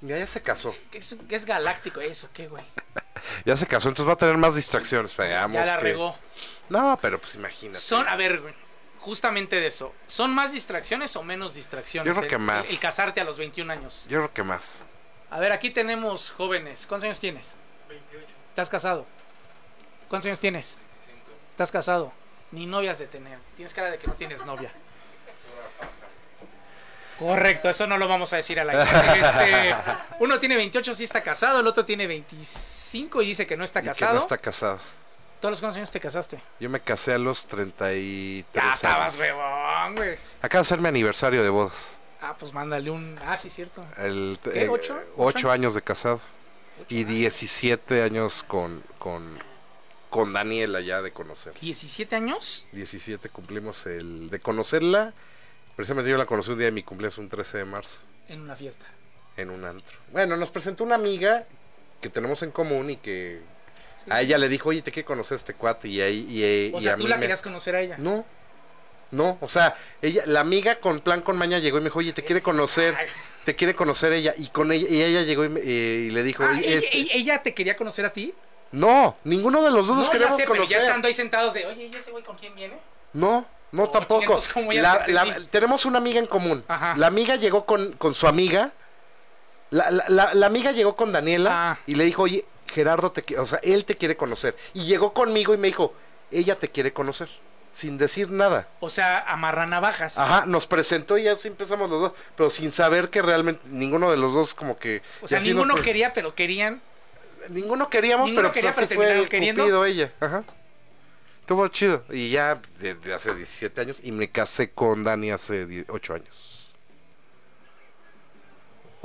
[SPEAKER 4] Mira, ya se casó.
[SPEAKER 3] Que es, que es galáctico eso, ¿qué güey?
[SPEAKER 4] Ya se casó, entonces va a tener más distracciones. pues, Veamos
[SPEAKER 3] ya la
[SPEAKER 4] que-
[SPEAKER 3] regó.
[SPEAKER 4] No, pero pues imagínate.
[SPEAKER 3] Son, a ver, güey, justamente de eso. ¿Son más distracciones o menos distracciones?
[SPEAKER 4] Yo creo
[SPEAKER 3] el-
[SPEAKER 4] que más.
[SPEAKER 3] El, el casarte a los 21 años.
[SPEAKER 4] Yo creo que más.
[SPEAKER 3] A ver, aquí tenemos jóvenes. ¿Cuántos años tienes? 28. ¿Estás casado? ¿Cuántos años tienes? 25. ¿Estás casado? Ni novias de tener. Tienes cara de que no tienes novia. Correcto, eso no lo vamos a decir al aire. Este, uno tiene 28 si está casado, el otro tiene 25 y dice que no está
[SPEAKER 4] Y que no
[SPEAKER 3] casado.
[SPEAKER 4] está casado.
[SPEAKER 3] ¿Todos los cuántos años te casaste?
[SPEAKER 4] Yo me casé a los 33
[SPEAKER 3] Ya estabas,
[SPEAKER 4] años.
[SPEAKER 3] huevón, güey.
[SPEAKER 4] Acaba de ser mi aniversario de bodas.
[SPEAKER 3] Ah, pues mándale un. Ah, sí, cierto.
[SPEAKER 4] El,
[SPEAKER 3] ¿Qué, ocho?
[SPEAKER 4] 8
[SPEAKER 3] ¿Ocho?
[SPEAKER 4] años de casado. Y 17 años con, con, con Daniela ya de conocer.
[SPEAKER 3] ¿17 años?
[SPEAKER 4] 17 cumplimos el de conocerla. Precisamente yo la conocí un día de mi cumpleaños, un 13 de marzo,
[SPEAKER 3] En una fiesta.
[SPEAKER 4] en un antro. Bueno, nos presentó una amiga que tenemos en común y que a ella le dijo, oye, te quiero conocer a este cuate. Y ahí. Y, eh,
[SPEAKER 3] O
[SPEAKER 4] y
[SPEAKER 3] sea,
[SPEAKER 4] a
[SPEAKER 3] tú
[SPEAKER 4] mí
[SPEAKER 3] la
[SPEAKER 4] me-
[SPEAKER 3] querías conocer a ella.
[SPEAKER 4] No. No, o sea, ella, la amiga con plan con maña llegó y me dijo, oye, te quiere conocer,
[SPEAKER 3] Ay.
[SPEAKER 4] te quiere conocer ella. Y con ella, y ella llegó y, me- eh, y le dijo,
[SPEAKER 3] Ah,
[SPEAKER 4] "Oye,
[SPEAKER 3] ¿ella,
[SPEAKER 4] este-
[SPEAKER 3] ella- ella te quería conocer a ti?
[SPEAKER 4] no, ninguno de los dos nos
[SPEAKER 3] no, ya
[SPEAKER 4] queríamos
[SPEAKER 3] sé, pero
[SPEAKER 4] conocer.
[SPEAKER 3] ya estando ahí sentados de, oye, ¿y ese güey con quién viene?
[SPEAKER 4] No, no
[SPEAKER 3] Oh,
[SPEAKER 4] tampoco.
[SPEAKER 3] chingos, ¿cómo ya
[SPEAKER 4] La-
[SPEAKER 3] te
[SPEAKER 4] la-
[SPEAKER 3] entendí?
[SPEAKER 4] tenemos una amiga en común.
[SPEAKER 3] Ajá.
[SPEAKER 4] La amiga llegó con, con su amiga. La, la- la- la amiga llegó con Daniela
[SPEAKER 3] Ah.
[SPEAKER 4] y le dijo, oye, Gerardo te qui- o sea, él te quiere conocer. Y llegó conmigo y me dijo, ella te quiere conocer, sin decir nada.
[SPEAKER 3] O sea, amarra navajas.
[SPEAKER 4] Ajá, nos presentó y así empezamos los dos, pero sin saber que realmente ninguno de los dos como que...
[SPEAKER 3] O sea,
[SPEAKER 4] y así nos
[SPEAKER 3] ninguno
[SPEAKER 4] pre-
[SPEAKER 3] quería, pero querían.
[SPEAKER 4] ninguno queríamos,
[SPEAKER 3] ninguno
[SPEAKER 4] pero
[SPEAKER 3] quería,
[SPEAKER 4] pues, así
[SPEAKER 3] pero
[SPEAKER 4] fue
[SPEAKER 3] terminaron queriendo.
[SPEAKER 4] cupido ella. Ajá. Estuvo chido. Y ya desde hace 17 años y me casé con Dani hace 8 años.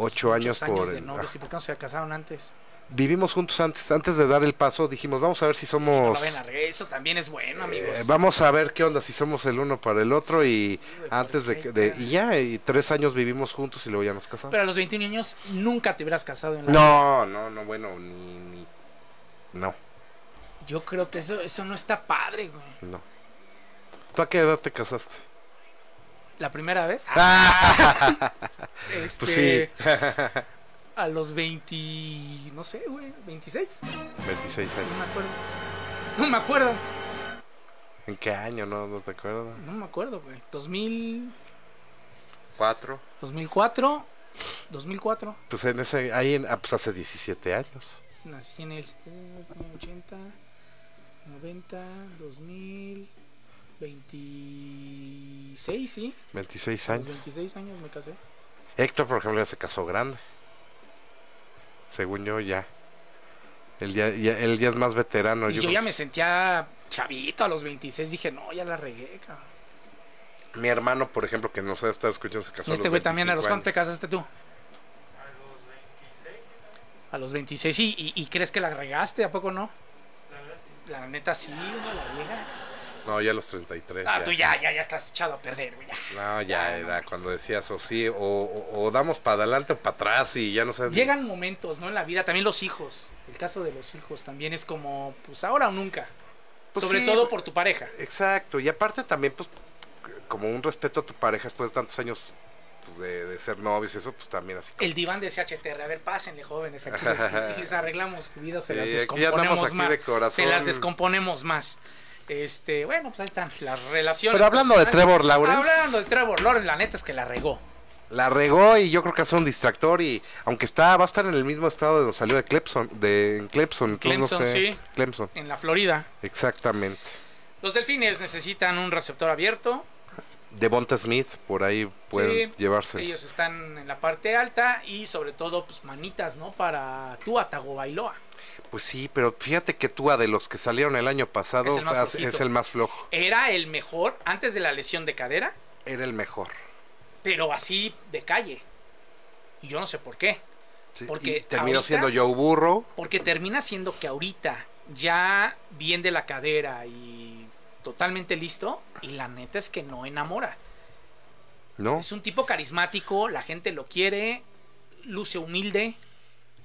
[SPEAKER 4] 8 años
[SPEAKER 3] muchos
[SPEAKER 4] por...
[SPEAKER 3] de
[SPEAKER 4] el-
[SPEAKER 3] novios.
[SPEAKER 4] ajá.
[SPEAKER 3] ¿Y por qué no se casaron antes?
[SPEAKER 4] Vivimos juntos antes, antes de dar el paso, dijimos, vamos a ver si
[SPEAKER 3] No
[SPEAKER 4] somos...
[SPEAKER 3] la ven a re- Eso también es bueno, amigos.
[SPEAKER 4] Pues, Eh, vamos a ver qué onda, si somos el uno para el otro y
[SPEAKER 3] güey, pues,
[SPEAKER 4] antes de que... de-
[SPEAKER 3] perfecto.
[SPEAKER 4] y ya, y tres años vivimos juntos y luego ya nos casamos.
[SPEAKER 3] Pero a los 21 años nunca te hubieras casado en la
[SPEAKER 4] No, no, no, bueno, ni, ni- No,
[SPEAKER 3] Yo creo que eso, eso no está padre, güey.
[SPEAKER 4] no. ¿Tú a qué edad te casaste?
[SPEAKER 3] La primera vez. este,
[SPEAKER 4] Pues sí.
[SPEAKER 3] A los 20. No sé, güey. 26.
[SPEAKER 4] 26
[SPEAKER 3] No me
[SPEAKER 4] años.
[SPEAKER 3] acuerdo. No me acuerdo.
[SPEAKER 4] ¿En qué año? No, no te acuerdo.
[SPEAKER 3] No me acuerdo, güey. 2000,
[SPEAKER 4] ¿Cuatro?
[SPEAKER 3] 2004. 2004.
[SPEAKER 4] Pues en ese... Ahí en, ah, pues hace 17 años.
[SPEAKER 3] Nací en el 80, 90, 2000, 26, sí.
[SPEAKER 4] 26
[SPEAKER 3] A los
[SPEAKER 4] años.
[SPEAKER 3] 26 años me casé.
[SPEAKER 4] Héctor, por ejemplo, ya se casó grande. Según yo, ya. Él ya, ya- él ya es más veterano.
[SPEAKER 3] y yo
[SPEAKER 4] creo
[SPEAKER 3] ya
[SPEAKER 4] que-
[SPEAKER 3] me sentía chavito a los 26. Dije, no, ya la regué, cabrón.
[SPEAKER 4] Mi hermano, por ejemplo, que no sabe estar escuchando, se casó
[SPEAKER 3] Y este güey también, ¿a los cuánto te
[SPEAKER 4] cuantos
[SPEAKER 3] casaste tú? A los 26. A los 26, ¿y, y, y crees que la regaste? ¿A poco no? La neta sí, uno la riega.
[SPEAKER 4] No, ya a los 33.
[SPEAKER 3] Ah,
[SPEAKER 4] ya.
[SPEAKER 3] tú ya, ya, ya estás echado a perder, güey. ya.
[SPEAKER 4] No, ya era cuando decías o sí, o, o- o damos para adelante o para atrás y ya no sabes. ni-
[SPEAKER 3] Llegan momentos, ¿no? En la vida, también los hijos. El caso de los hijos también es como, pues ahora o nunca.
[SPEAKER 4] Pues
[SPEAKER 3] Sobre
[SPEAKER 4] sí.
[SPEAKER 3] todo por tu pareja.
[SPEAKER 4] Exacto, y aparte también, pues, c- como un respeto a tu pareja después de tantos años pues, de, de ser novios y eso, pues también así.
[SPEAKER 3] El diván de CHTR, a ver, pásenle, jóvenes, aquí les, les arreglamos su vida, se las
[SPEAKER 4] Sí, aquí ya andamos
[SPEAKER 3] descomponemos
[SPEAKER 4] aquí
[SPEAKER 3] más.
[SPEAKER 4] de
[SPEAKER 3] Se
[SPEAKER 4] corazón.
[SPEAKER 3] las descomponemos más. Este, bueno, pues ahí están las relaciones.
[SPEAKER 4] Pero hablando de
[SPEAKER 3] personales.
[SPEAKER 4] Trevor Lawrence,
[SPEAKER 3] Hablando de Trevor Lawrence, la neta es que la regó.
[SPEAKER 4] la regó y yo creo que hace un distractor y aunque está va a estar en el mismo estado de donde salió de Clemson, de en Clemson, entonces
[SPEAKER 3] Clemson,
[SPEAKER 4] no sé.
[SPEAKER 3] sí.
[SPEAKER 4] Clemson,
[SPEAKER 3] En la Florida.
[SPEAKER 4] exactamente.
[SPEAKER 3] Los delfines necesitan un receptor abierto.
[SPEAKER 4] Devonta Smith por ahí pueden
[SPEAKER 3] Sí,
[SPEAKER 4] llevarse.
[SPEAKER 3] Ellos están en la parte alta y sobre todo, pues manitas, ¿no? Para tú, Atago Bailoa.
[SPEAKER 4] Pues sí, pero fíjate que Tua de los que salieron el año pasado
[SPEAKER 3] Es el más
[SPEAKER 4] has-
[SPEAKER 3] flojito.
[SPEAKER 4] es el más flojo.
[SPEAKER 3] Era el mejor antes de la lesión de cadera,
[SPEAKER 4] Era el mejor.
[SPEAKER 3] pero así de calle. Y yo no sé por qué.
[SPEAKER 4] Sí,
[SPEAKER 3] Porque
[SPEAKER 4] y terminó
[SPEAKER 3] ahorita-
[SPEAKER 4] siendo Joe Burrow.
[SPEAKER 3] Porque termina siendo que ahorita ya bien de la cadera y totalmente listo. Y la neta es que no enamora.
[SPEAKER 4] ¿No?
[SPEAKER 3] Es un tipo carismático, la gente lo quiere, luce humilde.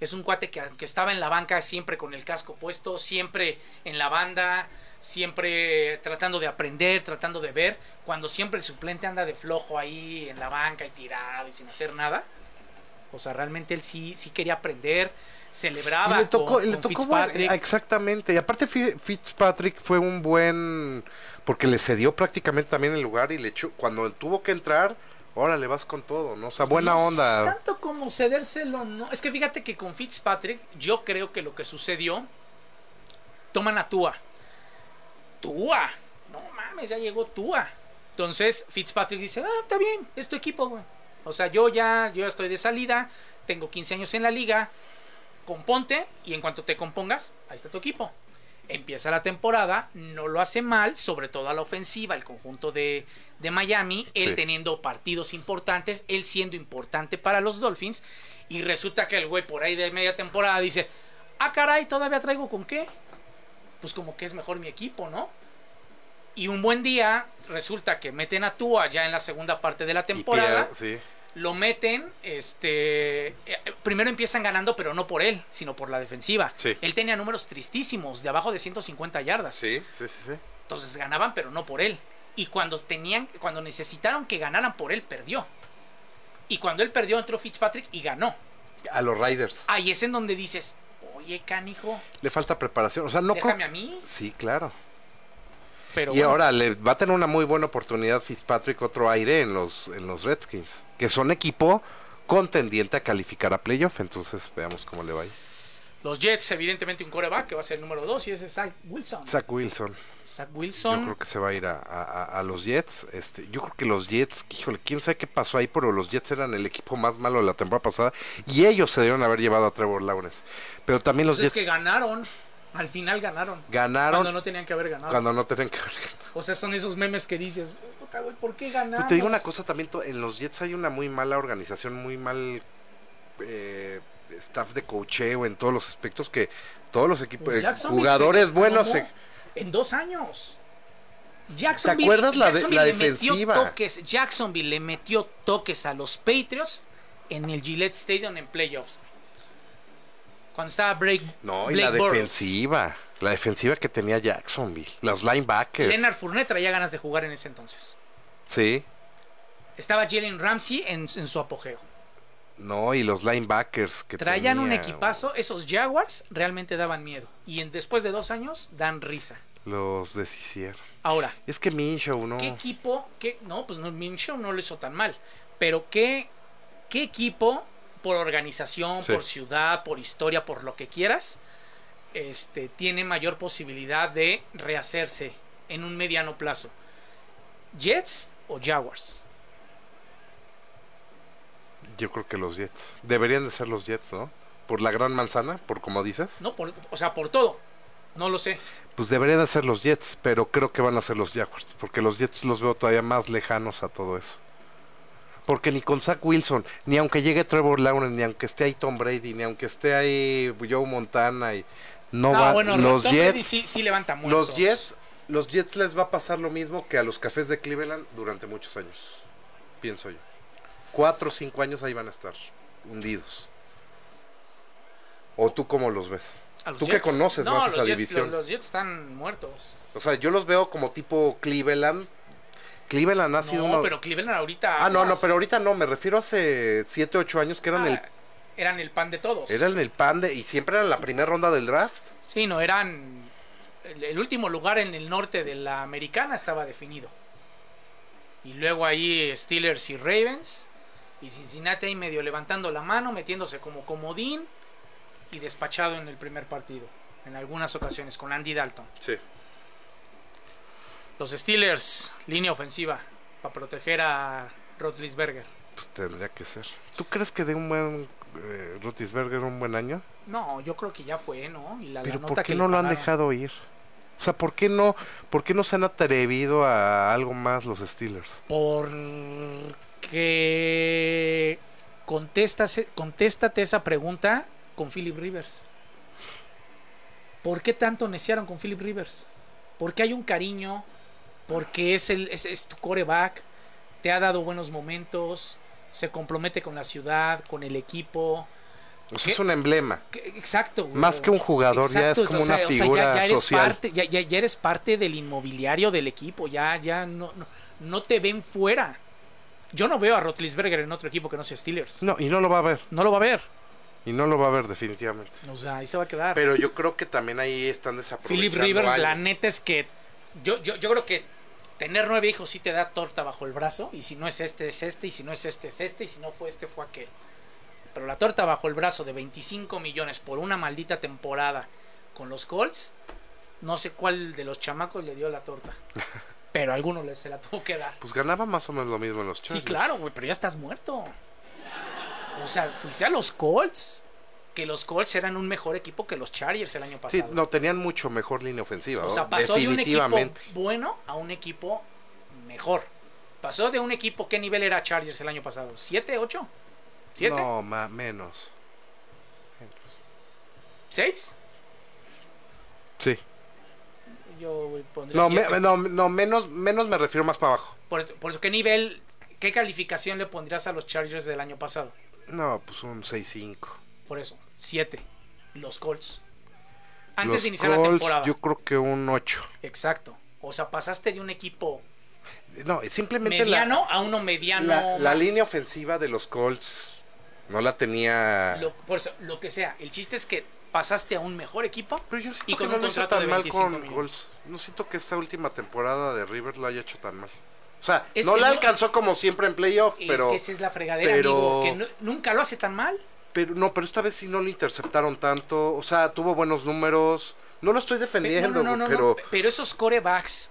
[SPEAKER 3] Es un cuate que, que estaba en la banca siempre con el casco puesto, siempre en la banda, siempre tratando de aprender, tratando de ver. Cuando siempre el suplente anda de flojo ahí en la banca y tirado y sin hacer nada. O sea, realmente él sí, sí quería aprender,
[SPEAKER 4] Y
[SPEAKER 3] celebraba.
[SPEAKER 4] le tocó,
[SPEAKER 3] Ah, con-
[SPEAKER 4] le
[SPEAKER 3] con
[SPEAKER 4] tocó buen-
[SPEAKER 3] Fitzpatrick.
[SPEAKER 4] exactamente. Y aparte Fi- Fitzpatrick fue un buen porque le cedió prácticamente también el lugar y le echó cuando él tuvo que entrar, ahora le vas con todo, ¿no? O sea, buena
[SPEAKER 3] No es
[SPEAKER 4] onda.
[SPEAKER 3] Pues, Tanto como cedérselo, no. Es que fíjate que con Fitzpatrick, yo creo que lo que sucedió, toman a Tua. Tua. No mames, ya llegó Tua. Entonces Fitzpatrick dice, ah, está bien, es tu equipo, güey. O sea, yo ya, yo ya estoy de salida, tengo 15 años en la liga, componte y en cuanto te compongas, ahí está tu equipo. Empieza la temporada, no lo hace mal, sobre todo a la ofensiva, el conjunto de, de Miami, él
[SPEAKER 4] Sí.
[SPEAKER 3] teniendo partidos importantes, él siendo importante para los Dolphins, y resulta que el güey por ahí de media temporada dice, ah caray, todavía traigo con qué, pues como que es mejor mi equipo, ¿no? Y un buen día resulta que meten a Tua ya en la segunda parte de la
[SPEAKER 4] Y
[SPEAKER 3] temporada
[SPEAKER 4] Pierre, sí.
[SPEAKER 3] lo meten, este, eh, primero empiezan ganando, pero no por él, sino por la defensiva.
[SPEAKER 4] Sí.
[SPEAKER 3] Él tenía números tristísimos, de abajo de 150 yardas.
[SPEAKER 4] Sí, sí, sí, sí.
[SPEAKER 3] Entonces ganaban, pero no por él. Y cuando tenían, cuando necesitaron que ganaran por él, perdió. Y cuando él perdió, entró Fitzpatrick y ganó.
[SPEAKER 4] A los Riders.
[SPEAKER 3] Ahí es en donde dices, oye, canijo,
[SPEAKER 4] Le falta preparación, o sea, no
[SPEAKER 3] déjame
[SPEAKER 4] creo-
[SPEAKER 3] a mí.
[SPEAKER 4] Sí, claro.
[SPEAKER 3] Pero
[SPEAKER 4] y
[SPEAKER 3] bueno,
[SPEAKER 4] ahora le va a tener una muy buena oportunidad Fitzpatrick otro aire en los en los Redskins, que son equipo contendiente a calificar a playoff, entonces veamos cómo le va ahí.
[SPEAKER 3] los Jets, evidentemente, un coreback que va a ser el número 2 y ese es Zach Wilson.
[SPEAKER 4] Zach Wilson.
[SPEAKER 3] Zach
[SPEAKER 4] Yo
[SPEAKER 3] Wilson.
[SPEAKER 4] creo que se va a ir a, a- a- a los Jets. Este, yo creo que los Jets, híjole, quién sabe qué pasó ahí, pero los Jets eran el equipo más malo de la temporada pasada y ellos se debieron haber llevado a Trevor Lawrence. Pero también los
[SPEAKER 3] Pues es que
[SPEAKER 4] Jets
[SPEAKER 3] ganaron. Al final ganaron.
[SPEAKER 4] ganaron
[SPEAKER 3] Cuando no tenían que haber ganado.
[SPEAKER 4] tenían que haber ganado.
[SPEAKER 3] O sea, son esos memes que dices, puta, güey, ¿por qué ganamos?
[SPEAKER 4] Pero te digo una cosa también, to- en los Jets hay una muy mala organización, muy mal eh, staff de cocheo en todos los aspectos que todos los equipos,
[SPEAKER 3] Pues
[SPEAKER 4] eh,
[SPEAKER 3] Jacksonville
[SPEAKER 4] jugadores
[SPEAKER 3] se
[SPEAKER 4] buenos...
[SPEAKER 3] desplomó
[SPEAKER 4] se-
[SPEAKER 3] En dos años. Jacksonville,
[SPEAKER 4] acuerdas la de-
[SPEAKER 3] Jacksonville
[SPEAKER 4] la
[SPEAKER 3] le metió
[SPEAKER 4] defensiva?
[SPEAKER 3] toques, Jacksonville le metió toques a los Patriots en el Gillette Stadium en playoffs. Cuando estaba Blake,
[SPEAKER 4] No, y
[SPEAKER 3] Blake
[SPEAKER 4] la
[SPEAKER 3] Bortles.
[SPEAKER 4] defensiva. La defensiva que tenía Jacksonville. Los linebackers.
[SPEAKER 3] Leonard Fournette traía ganas de jugar en ese entonces.
[SPEAKER 4] Sí.
[SPEAKER 3] Estaba Jalen Ramsey en, en su apogeo.
[SPEAKER 4] No, y los linebackers que
[SPEAKER 3] Traían un
[SPEAKER 4] tenía,
[SPEAKER 3] equipazo. Esos Jaguars realmente daban miedo. Y en- después de dos años dan risa.
[SPEAKER 4] Los deshicieron.
[SPEAKER 3] Ahora,
[SPEAKER 4] Es que Minshew, ¿no?
[SPEAKER 3] ¿Qué equipo? Qué, no, pues no, Minshew no lo hizo tan mal. Pero ¿qué, qué equipo por organización,
[SPEAKER 4] Sí.
[SPEAKER 3] por ciudad, por historia, por lo que quieras, este, tiene mayor posibilidad de rehacerse en un mediano plazo? Jets o Jaguars.
[SPEAKER 4] Yo creo que los Jets. Deberían de ser los Jets, ¿no? Por la gran manzana, por como dices.
[SPEAKER 3] No, por, o sea, por todo. No lo sé.
[SPEAKER 4] Pues deberían de ser los Jets, pero creo que van a ser los Jaguars, porque los Jets los veo todavía más lejanos a todo eso. Porque ni con Zach Wilson, ni aunque llegue Trevor Lawrence, ni aunque esté ahí Tom Brady, ni aunque esté ahí Joe Montana, y
[SPEAKER 3] No,
[SPEAKER 4] no, va-
[SPEAKER 3] Ah, bueno,
[SPEAKER 4] los
[SPEAKER 3] Tom
[SPEAKER 4] Jets,
[SPEAKER 3] Brady sí, sí levanta muertos.
[SPEAKER 4] los Jets, los Jets les va a pasar lo mismo que a los Cafés de Cleveland durante muchos años, pienso yo. Cuatro o cinco años ahí van a estar hundidos. ¿O tú cómo los ves?
[SPEAKER 3] ¿A los
[SPEAKER 4] tú que
[SPEAKER 3] Jets?
[SPEAKER 4] conoces
[SPEAKER 3] no,
[SPEAKER 4] más
[SPEAKER 3] los
[SPEAKER 4] esa
[SPEAKER 3] Jets,
[SPEAKER 4] división.
[SPEAKER 3] Los, los Jets están muertos.
[SPEAKER 4] O sea, yo los veo como tipo Cleveland. Cleveland ha sido
[SPEAKER 3] no,
[SPEAKER 4] uno-
[SPEAKER 3] pero Cleveland ahorita.
[SPEAKER 4] Ah, no, no,
[SPEAKER 3] aguas.
[SPEAKER 4] pero ahorita no, me refiero a hace 7, 8 años que eran
[SPEAKER 3] Ah,
[SPEAKER 4] el
[SPEAKER 3] eran el pan de todos.
[SPEAKER 4] eran el pan de y siempre eran la primera ronda del draft.
[SPEAKER 3] Sí, no, eran. El, el último lugar en el norte de la americana estaba definido. Y luego ahí Steelers y Ravens. Y Cincinnati ahí medio levantando la mano, metiéndose como comodín. Y despachado en el primer partido. En algunas ocasiones con Andy Dalton.
[SPEAKER 4] Sí.
[SPEAKER 3] Los Steelers, línea ofensiva. Para proteger a Rotlisberger.
[SPEAKER 4] Pues tendría que ser. ¿Tú crees que de un buen eh, Roethlisberger un buen año?
[SPEAKER 3] No, yo creo que ya fue, ¿no? Y la, la
[SPEAKER 4] Pero
[SPEAKER 3] nota
[SPEAKER 4] ¿por qué
[SPEAKER 3] que
[SPEAKER 4] no
[SPEAKER 3] le
[SPEAKER 4] lo han
[SPEAKER 3] pagaron.
[SPEAKER 4] dejado ir? O sea, ¿por qué no por qué no se han atrevido a algo más los Steelers?
[SPEAKER 3] Porque contéstate, contéstate esa pregunta con Philip Rivers. ¿Por qué tanto neciaron con Philip Rivers? Porque hay un cariño, porque es, el, es, es tu coreback, te ha dado buenos momentos, se compromete con la ciudad, con el equipo.
[SPEAKER 4] O sea,
[SPEAKER 3] ¿Qué?
[SPEAKER 4] es un emblema.
[SPEAKER 3] Que- Exacto. güey.
[SPEAKER 4] Más que un jugador, ya es
[SPEAKER 3] Exacto,
[SPEAKER 4] como
[SPEAKER 3] o sea,
[SPEAKER 4] una
[SPEAKER 3] o sea, ya-
[SPEAKER 4] figura
[SPEAKER 3] ya, eres
[SPEAKER 4] social.
[SPEAKER 3] Parte, ya, ya- ya eres parte del inmobiliario del equipo, ya, ya no, no, no te ven fuera. Yo no veo a Rotlisberger en otro equipo que no sea Steelers. No,
[SPEAKER 4] No, y no lo va a ver,
[SPEAKER 3] lo va a ver.
[SPEAKER 4] y no lo va a ver definitivamente.
[SPEAKER 3] O sea, ahí se va a quedar.
[SPEAKER 4] Pero yo creo que también ahí están desaprovechando.
[SPEAKER 3] Philip Rivers,
[SPEAKER 4] algo.
[SPEAKER 3] la neta es que yo, yo, yo creo que tener nueve hijos sí te da torta bajo el brazo. Y si no es este, es este. Y si no es este, es este. Y si no fue este, fue aquel. Pero la torta bajo el brazo de 25 millones por una maldita temporada con los Colts, no sé cuál de los chamacos le dio la torta. Pero a alguno le- se la tuvo que dar.
[SPEAKER 4] Pues ganaba más o menos lo mismo en los Chargers.
[SPEAKER 3] Sí, claro, güey, pero ya estás muerto. O sea, fuiste a los Colts. Que los Colts eran un mejor equipo que los Chargers el año
[SPEAKER 4] Sí,
[SPEAKER 3] pasado.
[SPEAKER 4] no, tenían mucho mejor línea ofensiva.
[SPEAKER 3] O
[SPEAKER 4] ¿no?
[SPEAKER 3] sea, pasó de un equipo
[SPEAKER 4] Definitivamente.
[SPEAKER 3] bueno a un equipo mejor. Pasó de un equipo, ¿qué nivel era Chargers el año pasado? ¿Siete, ocho? ¿Siete?
[SPEAKER 4] No, más, menos.
[SPEAKER 3] ¿Seis?
[SPEAKER 4] Sí.
[SPEAKER 3] Yo güey, pondría
[SPEAKER 4] No,
[SPEAKER 3] siete.
[SPEAKER 4] me- no, no, menos, menos me refiero más para abajo.
[SPEAKER 3] Por, por eso, ¿qué nivel, qué calificación le pondrías a los Chargers del año pasado?
[SPEAKER 4] No, pues un 6-5.
[SPEAKER 3] Por eso, siete. Los Colts. Antes
[SPEAKER 4] Los
[SPEAKER 3] de iniciar la
[SPEAKER 4] Colts,
[SPEAKER 3] temporada.
[SPEAKER 4] Yo creo que un 8.
[SPEAKER 3] Exacto. O sea, pasaste de un equipo
[SPEAKER 4] No, simplemente la-
[SPEAKER 3] mediano a uno
[SPEAKER 4] la,
[SPEAKER 3] mediano.
[SPEAKER 4] la
[SPEAKER 3] más.
[SPEAKER 4] línea ofensiva de los Colts no la tenía.
[SPEAKER 3] Lo- por eso, lo que sea. El chiste es que pasaste a un mejor equipo
[SPEAKER 4] Pero yo siento
[SPEAKER 3] y con
[SPEAKER 4] que no
[SPEAKER 3] un
[SPEAKER 4] lo hizo
[SPEAKER 3] contrato
[SPEAKER 4] tan
[SPEAKER 3] de
[SPEAKER 4] mal
[SPEAKER 3] 25
[SPEAKER 4] con
[SPEAKER 3] millones.
[SPEAKER 4] Colts. No siento que esta última temporada de River lo haya hecho tan mal. O sea,
[SPEAKER 3] Es
[SPEAKER 4] no
[SPEAKER 3] que
[SPEAKER 4] la
[SPEAKER 3] no-
[SPEAKER 4] alcanzó como siempre en playoff, pero.
[SPEAKER 3] es que esa es la fregadera,
[SPEAKER 4] pero-
[SPEAKER 3] amigo, que nu- nunca lo hace tan mal.
[SPEAKER 4] Pero no, pero esta vez sí no lo interceptaron tanto. O sea, tuvo buenos números. No lo estoy
[SPEAKER 3] Pe-
[SPEAKER 4] defendiendo,
[SPEAKER 3] No, no, no, no, no,
[SPEAKER 4] pero.
[SPEAKER 3] pero esos corebacks,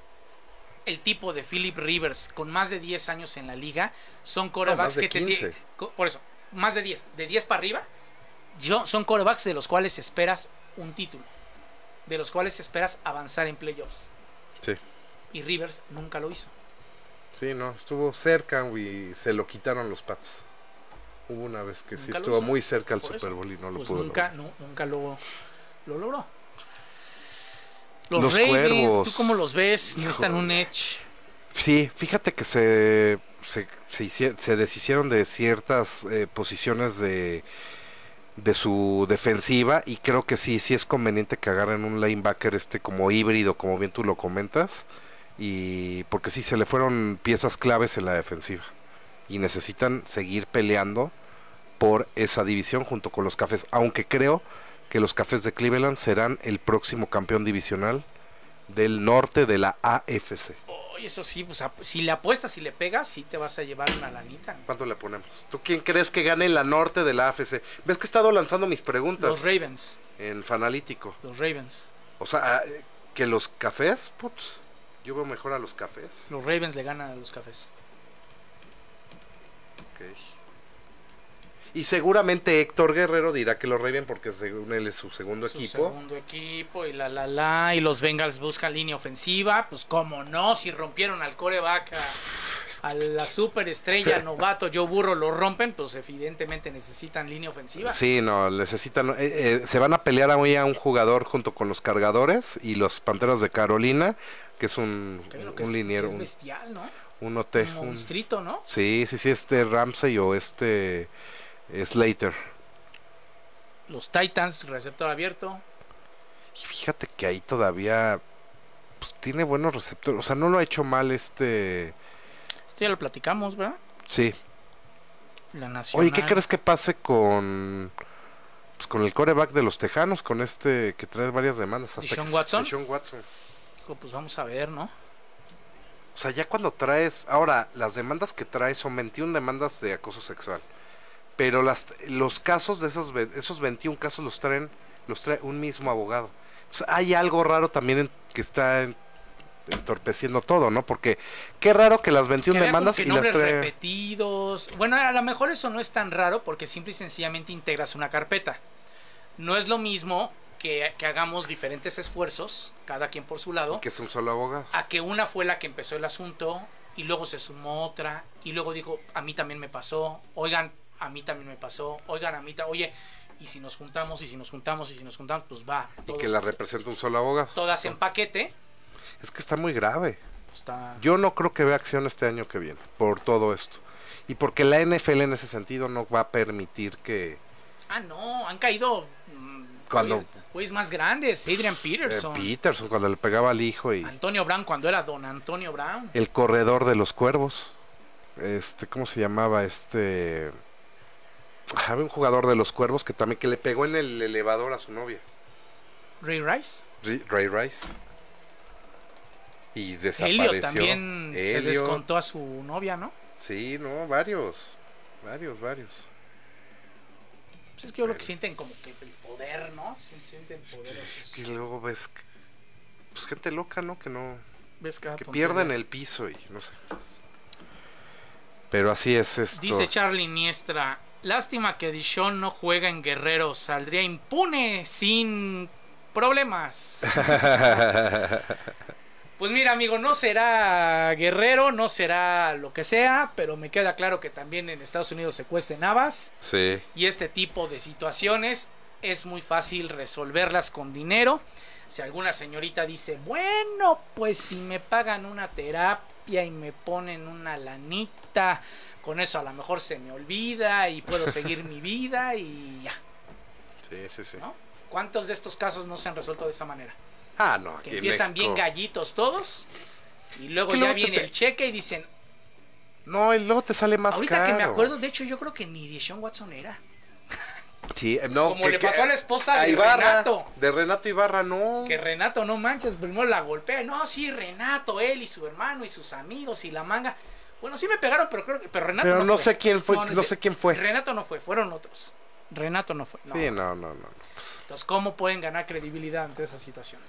[SPEAKER 3] el tipo de Philip Rivers con más de 10 años en la liga, son corebacks que
[SPEAKER 4] de
[SPEAKER 3] te
[SPEAKER 4] 15.
[SPEAKER 3] tie- co- por eso, más de 10, de 10 para arriba, yo- son corebacks de los cuales esperas un título, de los cuales esperas avanzar en playoffs.
[SPEAKER 4] Sí.
[SPEAKER 3] Y Rivers nunca lo hizo.
[SPEAKER 4] Sí, no, estuvo cerca y se lo quitaron los Pats. Hubo una vez que sí
[SPEAKER 3] Nunca lo
[SPEAKER 4] estuvo
[SPEAKER 3] hizo.
[SPEAKER 4] muy cerca al
[SPEAKER 3] Por
[SPEAKER 4] Super
[SPEAKER 3] eso.
[SPEAKER 4] Bowl y no lo
[SPEAKER 3] pues
[SPEAKER 4] pudo
[SPEAKER 3] nunca,
[SPEAKER 4] lograr.
[SPEAKER 3] nu- nunca lo, lo logró. Los,
[SPEAKER 4] Los
[SPEAKER 3] Ravens, ¿tú
[SPEAKER 4] Cuervos.
[SPEAKER 3] cómo los ves? Necesitan un edge.
[SPEAKER 4] Sí, fíjate que se, se, se hicie- se deshicieron de ciertas eh, posiciones de, de su defensiva y creo que sí, sí es conveniente que agarren un linebacker este como híbrido, como bien tú lo comentas, y porque sí se le fueron piezas claves en la defensiva y necesitan seguir peleando por esa división junto con los Cafés, aunque creo que los Cafés de Cleveland serán el próximo campeón divisional del norte de la AFC.
[SPEAKER 3] Oye, eso sí, pues ap- si le apuestas, si le pegas, sí te vas a llevar una lanita.
[SPEAKER 4] ¿Cuánto le ponemos? ¿Tú quién crees que gane la norte de la AFC? ¿Ves que he estado lanzando mis preguntas
[SPEAKER 3] Los Ravens,
[SPEAKER 4] en Fanalítico?
[SPEAKER 3] los Ravens.
[SPEAKER 4] O sea, ah, eh, que los cafés, putz, Yo veo mejor a los cafés.
[SPEAKER 3] Los Ravens le ganan a los cafés.
[SPEAKER 4] Ok. Y seguramente Héctor Guerrero dirá que lo Raven porque según él es su segundo
[SPEAKER 3] Su
[SPEAKER 4] equipo.
[SPEAKER 3] segundo equipo y la la la. Y los Bengals buscan línea ofensiva. Pues cómo no, si rompieron al coreback a, a la superestrella novato Joe Burro, lo rompen, pues evidentemente necesitan línea ofensiva.
[SPEAKER 4] Sí, no, necesitan. eh, eh, se van a pelear hoy a un jugador junto con los cargadores y los panteros de Carolina, que es un,
[SPEAKER 3] Que hay uno
[SPEAKER 4] un
[SPEAKER 3] que es-
[SPEAKER 4] liniero,
[SPEAKER 3] que es
[SPEAKER 4] un-
[SPEAKER 3] bestial, ¿no?
[SPEAKER 4] un, OT.
[SPEAKER 3] Un
[SPEAKER 4] un-
[SPEAKER 3] monstruito, ¿no?
[SPEAKER 4] sí, sí, sí, este Ramsey o este Slater.
[SPEAKER 3] Los Titans, receptor abierto.
[SPEAKER 4] Y fíjate que ahí todavía pues, tiene buenos receptores. O sea, no lo ha hecho mal este.
[SPEAKER 3] Esto ya lo platicamos, ¿verdad?
[SPEAKER 4] Sí.
[SPEAKER 3] La nacional.
[SPEAKER 4] Oye, ¿qué crees que pase con. pues, con el coreback de los Tejanos, con este que trae varias demandas. Hasta
[SPEAKER 3] ¿Deshaun
[SPEAKER 4] que-
[SPEAKER 3] Watson?
[SPEAKER 4] Deshaun Watson.
[SPEAKER 3] Dijo, pues vamos a ver, ¿no?
[SPEAKER 4] O sea, ya cuando traes. Ahora, las demandas que traes son 21 demandas de acoso sexual. Pero las, los casos de esos, ve- esos 21 casos los traen los trae un mismo abogado. O sea, hay algo raro también en- que está en- entorpeciendo todo, ¿no? Porque qué raro que las 21
[SPEAKER 3] Que había
[SPEAKER 4] demandas
[SPEAKER 3] como
[SPEAKER 4] y
[SPEAKER 3] que
[SPEAKER 4] las
[SPEAKER 3] nombres
[SPEAKER 4] trae.
[SPEAKER 3] repetidos. Bueno, a lo mejor eso no es tan raro porque simple y sencillamente integras una carpeta. No es lo mismo que, que hagamos diferentes esfuerzos, cada quien por su lado,
[SPEAKER 4] Que es un solo abogado.
[SPEAKER 3] a que una fue la que empezó el asunto y luego se sumó otra y luego dijo, a mí también me pasó, oigan, a mí también me pasó, oigan, a mí también, oye, y si nos juntamos y si nos juntamos y si nos juntamos, pues va.
[SPEAKER 4] Y
[SPEAKER 3] todos-
[SPEAKER 4] que la representa un solo abogado.
[SPEAKER 3] todas en paquete.
[SPEAKER 4] Es que está muy grave.
[SPEAKER 3] pues, está-
[SPEAKER 4] Yo no creo que vea acción este año que viene por todo esto. Y porque la NFL en ese sentido no va a permitir que
[SPEAKER 3] Ah, no, han caído... mm,
[SPEAKER 4] Cuando-
[SPEAKER 3] güeyes- güeyes más grandes, Adrian
[SPEAKER 4] eh,
[SPEAKER 3] Peterson.
[SPEAKER 4] Peterson cuando le pegaba al hijo y
[SPEAKER 3] Antonio Brown cuando era don Antonio Brown.
[SPEAKER 4] el corredor de los cuervos. Este, ¿cómo se llamaba este? Había un jugador de los cuervos que también que le pegó en el elevador a su novia,
[SPEAKER 3] Ray Rice.
[SPEAKER 4] Ri- Ray Rice. Y desapareció.
[SPEAKER 3] Helio también se
[SPEAKER 4] Elliot.
[SPEAKER 3] descontó a su novia, ¿no?
[SPEAKER 4] Sí, no, varios. Varios, varios.
[SPEAKER 3] Pues es que yo creo que
[SPEAKER 4] Pero-
[SPEAKER 3] sienten como que el poder, ¿no? Sí, Sienten poderosos.
[SPEAKER 4] Y luego ves que- pues gente loca, ¿no? Que no
[SPEAKER 3] Ves cada
[SPEAKER 4] que
[SPEAKER 3] tontería.
[SPEAKER 4] pierden el piso y no sé. Pero así es esto.
[SPEAKER 3] Dice Charlie Niestra. Lástima que Dishon no juega en Guerrero. Saldría impune sin problemas. Pues mira, amigo, no será Guerrero, no será lo que sea, pero me queda claro que también en Estados Unidos se cuecen habas.
[SPEAKER 4] sí.
[SPEAKER 3] Y este tipo de situaciones es muy fácil resolverlas con dinero. Si alguna señorita dice, bueno, pues si me pagan una terapia y me ponen una lanita, con eso a lo mejor se me olvida y puedo seguir mi vida y ya.
[SPEAKER 4] Sí, sí, sí.
[SPEAKER 3] ¿No? ¿Cuántos de estos casos no se han resuelto de esa manera?
[SPEAKER 4] Ah, no, aquí
[SPEAKER 3] Que
[SPEAKER 4] en
[SPEAKER 3] empiezan bien
[SPEAKER 4] México.
[SPEAKER 3] gallitos todos y luego
[SPEAKER 4] que
[SPEAKER 3] ya
[SPEAKER 4] luego te-
[SPEAKER 3] viene
[SPEAKER 4] te-
[SPEAKER 3] el cheque y dicen,
[SPEAKER 4] No, y luego te sale más
[SPEAKER 3] ahorita
[SPEAKER 4] caro.
[SPEAKER 3] que me acuerdo, de hecho yo creo que ni Deshaun Watson era.
[SPEAKER 4] Sí, eh, no,
[SPEAKER 3] Como
[SPEAKER 4] que-
[SPEAKER 3] le
[SPEAKER 4] que-
[SPEAKER 3] pasó a la esposa
[SPEAKER 4] a
[SPEAKER 3] de
[SPEAKER 4] Ibarra,
[SPEAKER 3] Renato.
[SPEAKER 4] De Renato Ibarra, no.
[SPEAKER 3] Que Renato, no manches, primero la golpea. y, No, sí, Renato, él y su hermano y sus amigos y la manga. Bueno, sí me pegaron, pero creo que. Pero Renato.
[SPEAKER 4] Pero no,
[SPEAKER 3] fue.
[SPEAKER 4] sé quién fue,
[SPEAKER 3] No,
[SPEAKER 4] no,
[SPEAKER 3] no sé.
[SPEAKER 4] sé quién fue.
[SPEAKER 3] Renato no fue, fueron otros. Renato no fue. no.
[SPEAKER 4] Sí, no, no, no.
[SPEAKER 3] Entonces, ¿cómo pueden ganar credibilidad ante esa situación?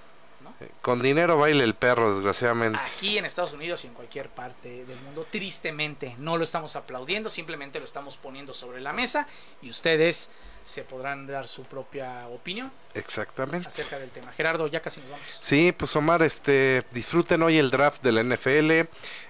[SPEAKER 4] Eh, Con dinero baila el perro, desgraciadamente.
[SPEAKER 3] Aquí en Estados Unidos y en cualquier parte del mundo, tristemente, no lo estamos aplaudiendo, simplemente lo estamos poniendo sobre la mesa y ustedes se podrán dar su propia opinión
[SPEAKER 4] Exactamente.
[SPEAKER 3] acerca del tema. Gerardo, ya casi nos vamos.
[SPEAKER 4] Sí, pues Omar, este, disfruten hoy el draft de la NFL,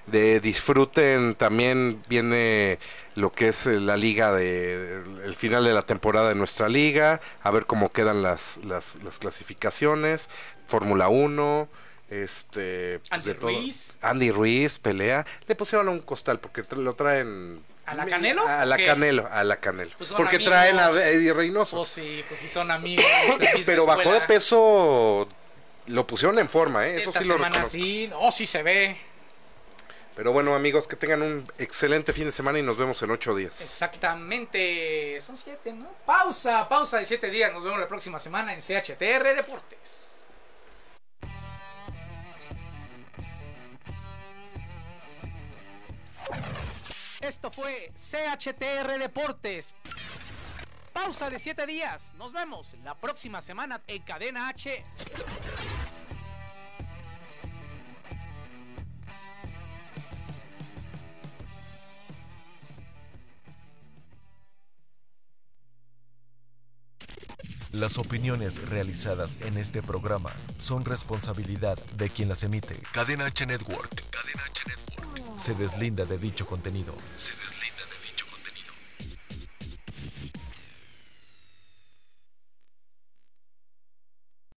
[SPEAKER 4] de, disfruten también viene lo que es eh, la liga de el final de la temporada de nuestra liga, a ver cómo quedan las, las, las clasificaciones, Fórmula 1, este pues,
[SPEAKER 3] Andy
[SPEAKER 4] de todo.
[SPEAKER 3] Ruiz.
[SPEAKER 4] Andy Ruiz pelea, le pusieron a un costal porque tra- lo traen
[SPEAKER 3] ¿A la Canelo?
[SPEAKER 4] A la
[SPEAKER 3] ¿Qué?
[SPEAKER 4] Canelo, a la Canelo.
[SPEAKER 3] Pues son
[SPEAKER 4] porque
[SPEAKER 3] amigos.
[SPEAKER 4] traen a Eddie Reynoso.
[SPEAKER 3] Pues sí, pues sí son amigos. es la misma
[SPEAKER 4] Pero bajó de
[SPEAKER 3] escuela.
[SPEAKER 4] peso. Lo pusieron en forma, ¿eh? Eso
[SPEAKER 3] Esta
[SPEAKER 4] sí lo
[SPEAKER 3] semana
[SPEAKER 4] reconozco.
[SPEAKER 3] sí, no, sí se ve.
[SPEAKER 4] Pero bueno, amigos, que tengan un excelente fin de semana y nos vemos en ocho días.
[SPEAKER 3] Exactamente, son siete, ¿no? Pausa, pausa de siete días. Nos vemos la próxima semana en CHTR Deportes.
[SPEAKER 5] Esto fue CHTR Deportes. Pausa de 7 días. Nos vemos la próxima semana en Cadena H.
[SPEAKER 1] Las opiniones realizadas en este programa son responsabilidad de quien las emite. Cadena H Network. Cadena H Network. Se deslinda de dicho contenido. Se deslinda.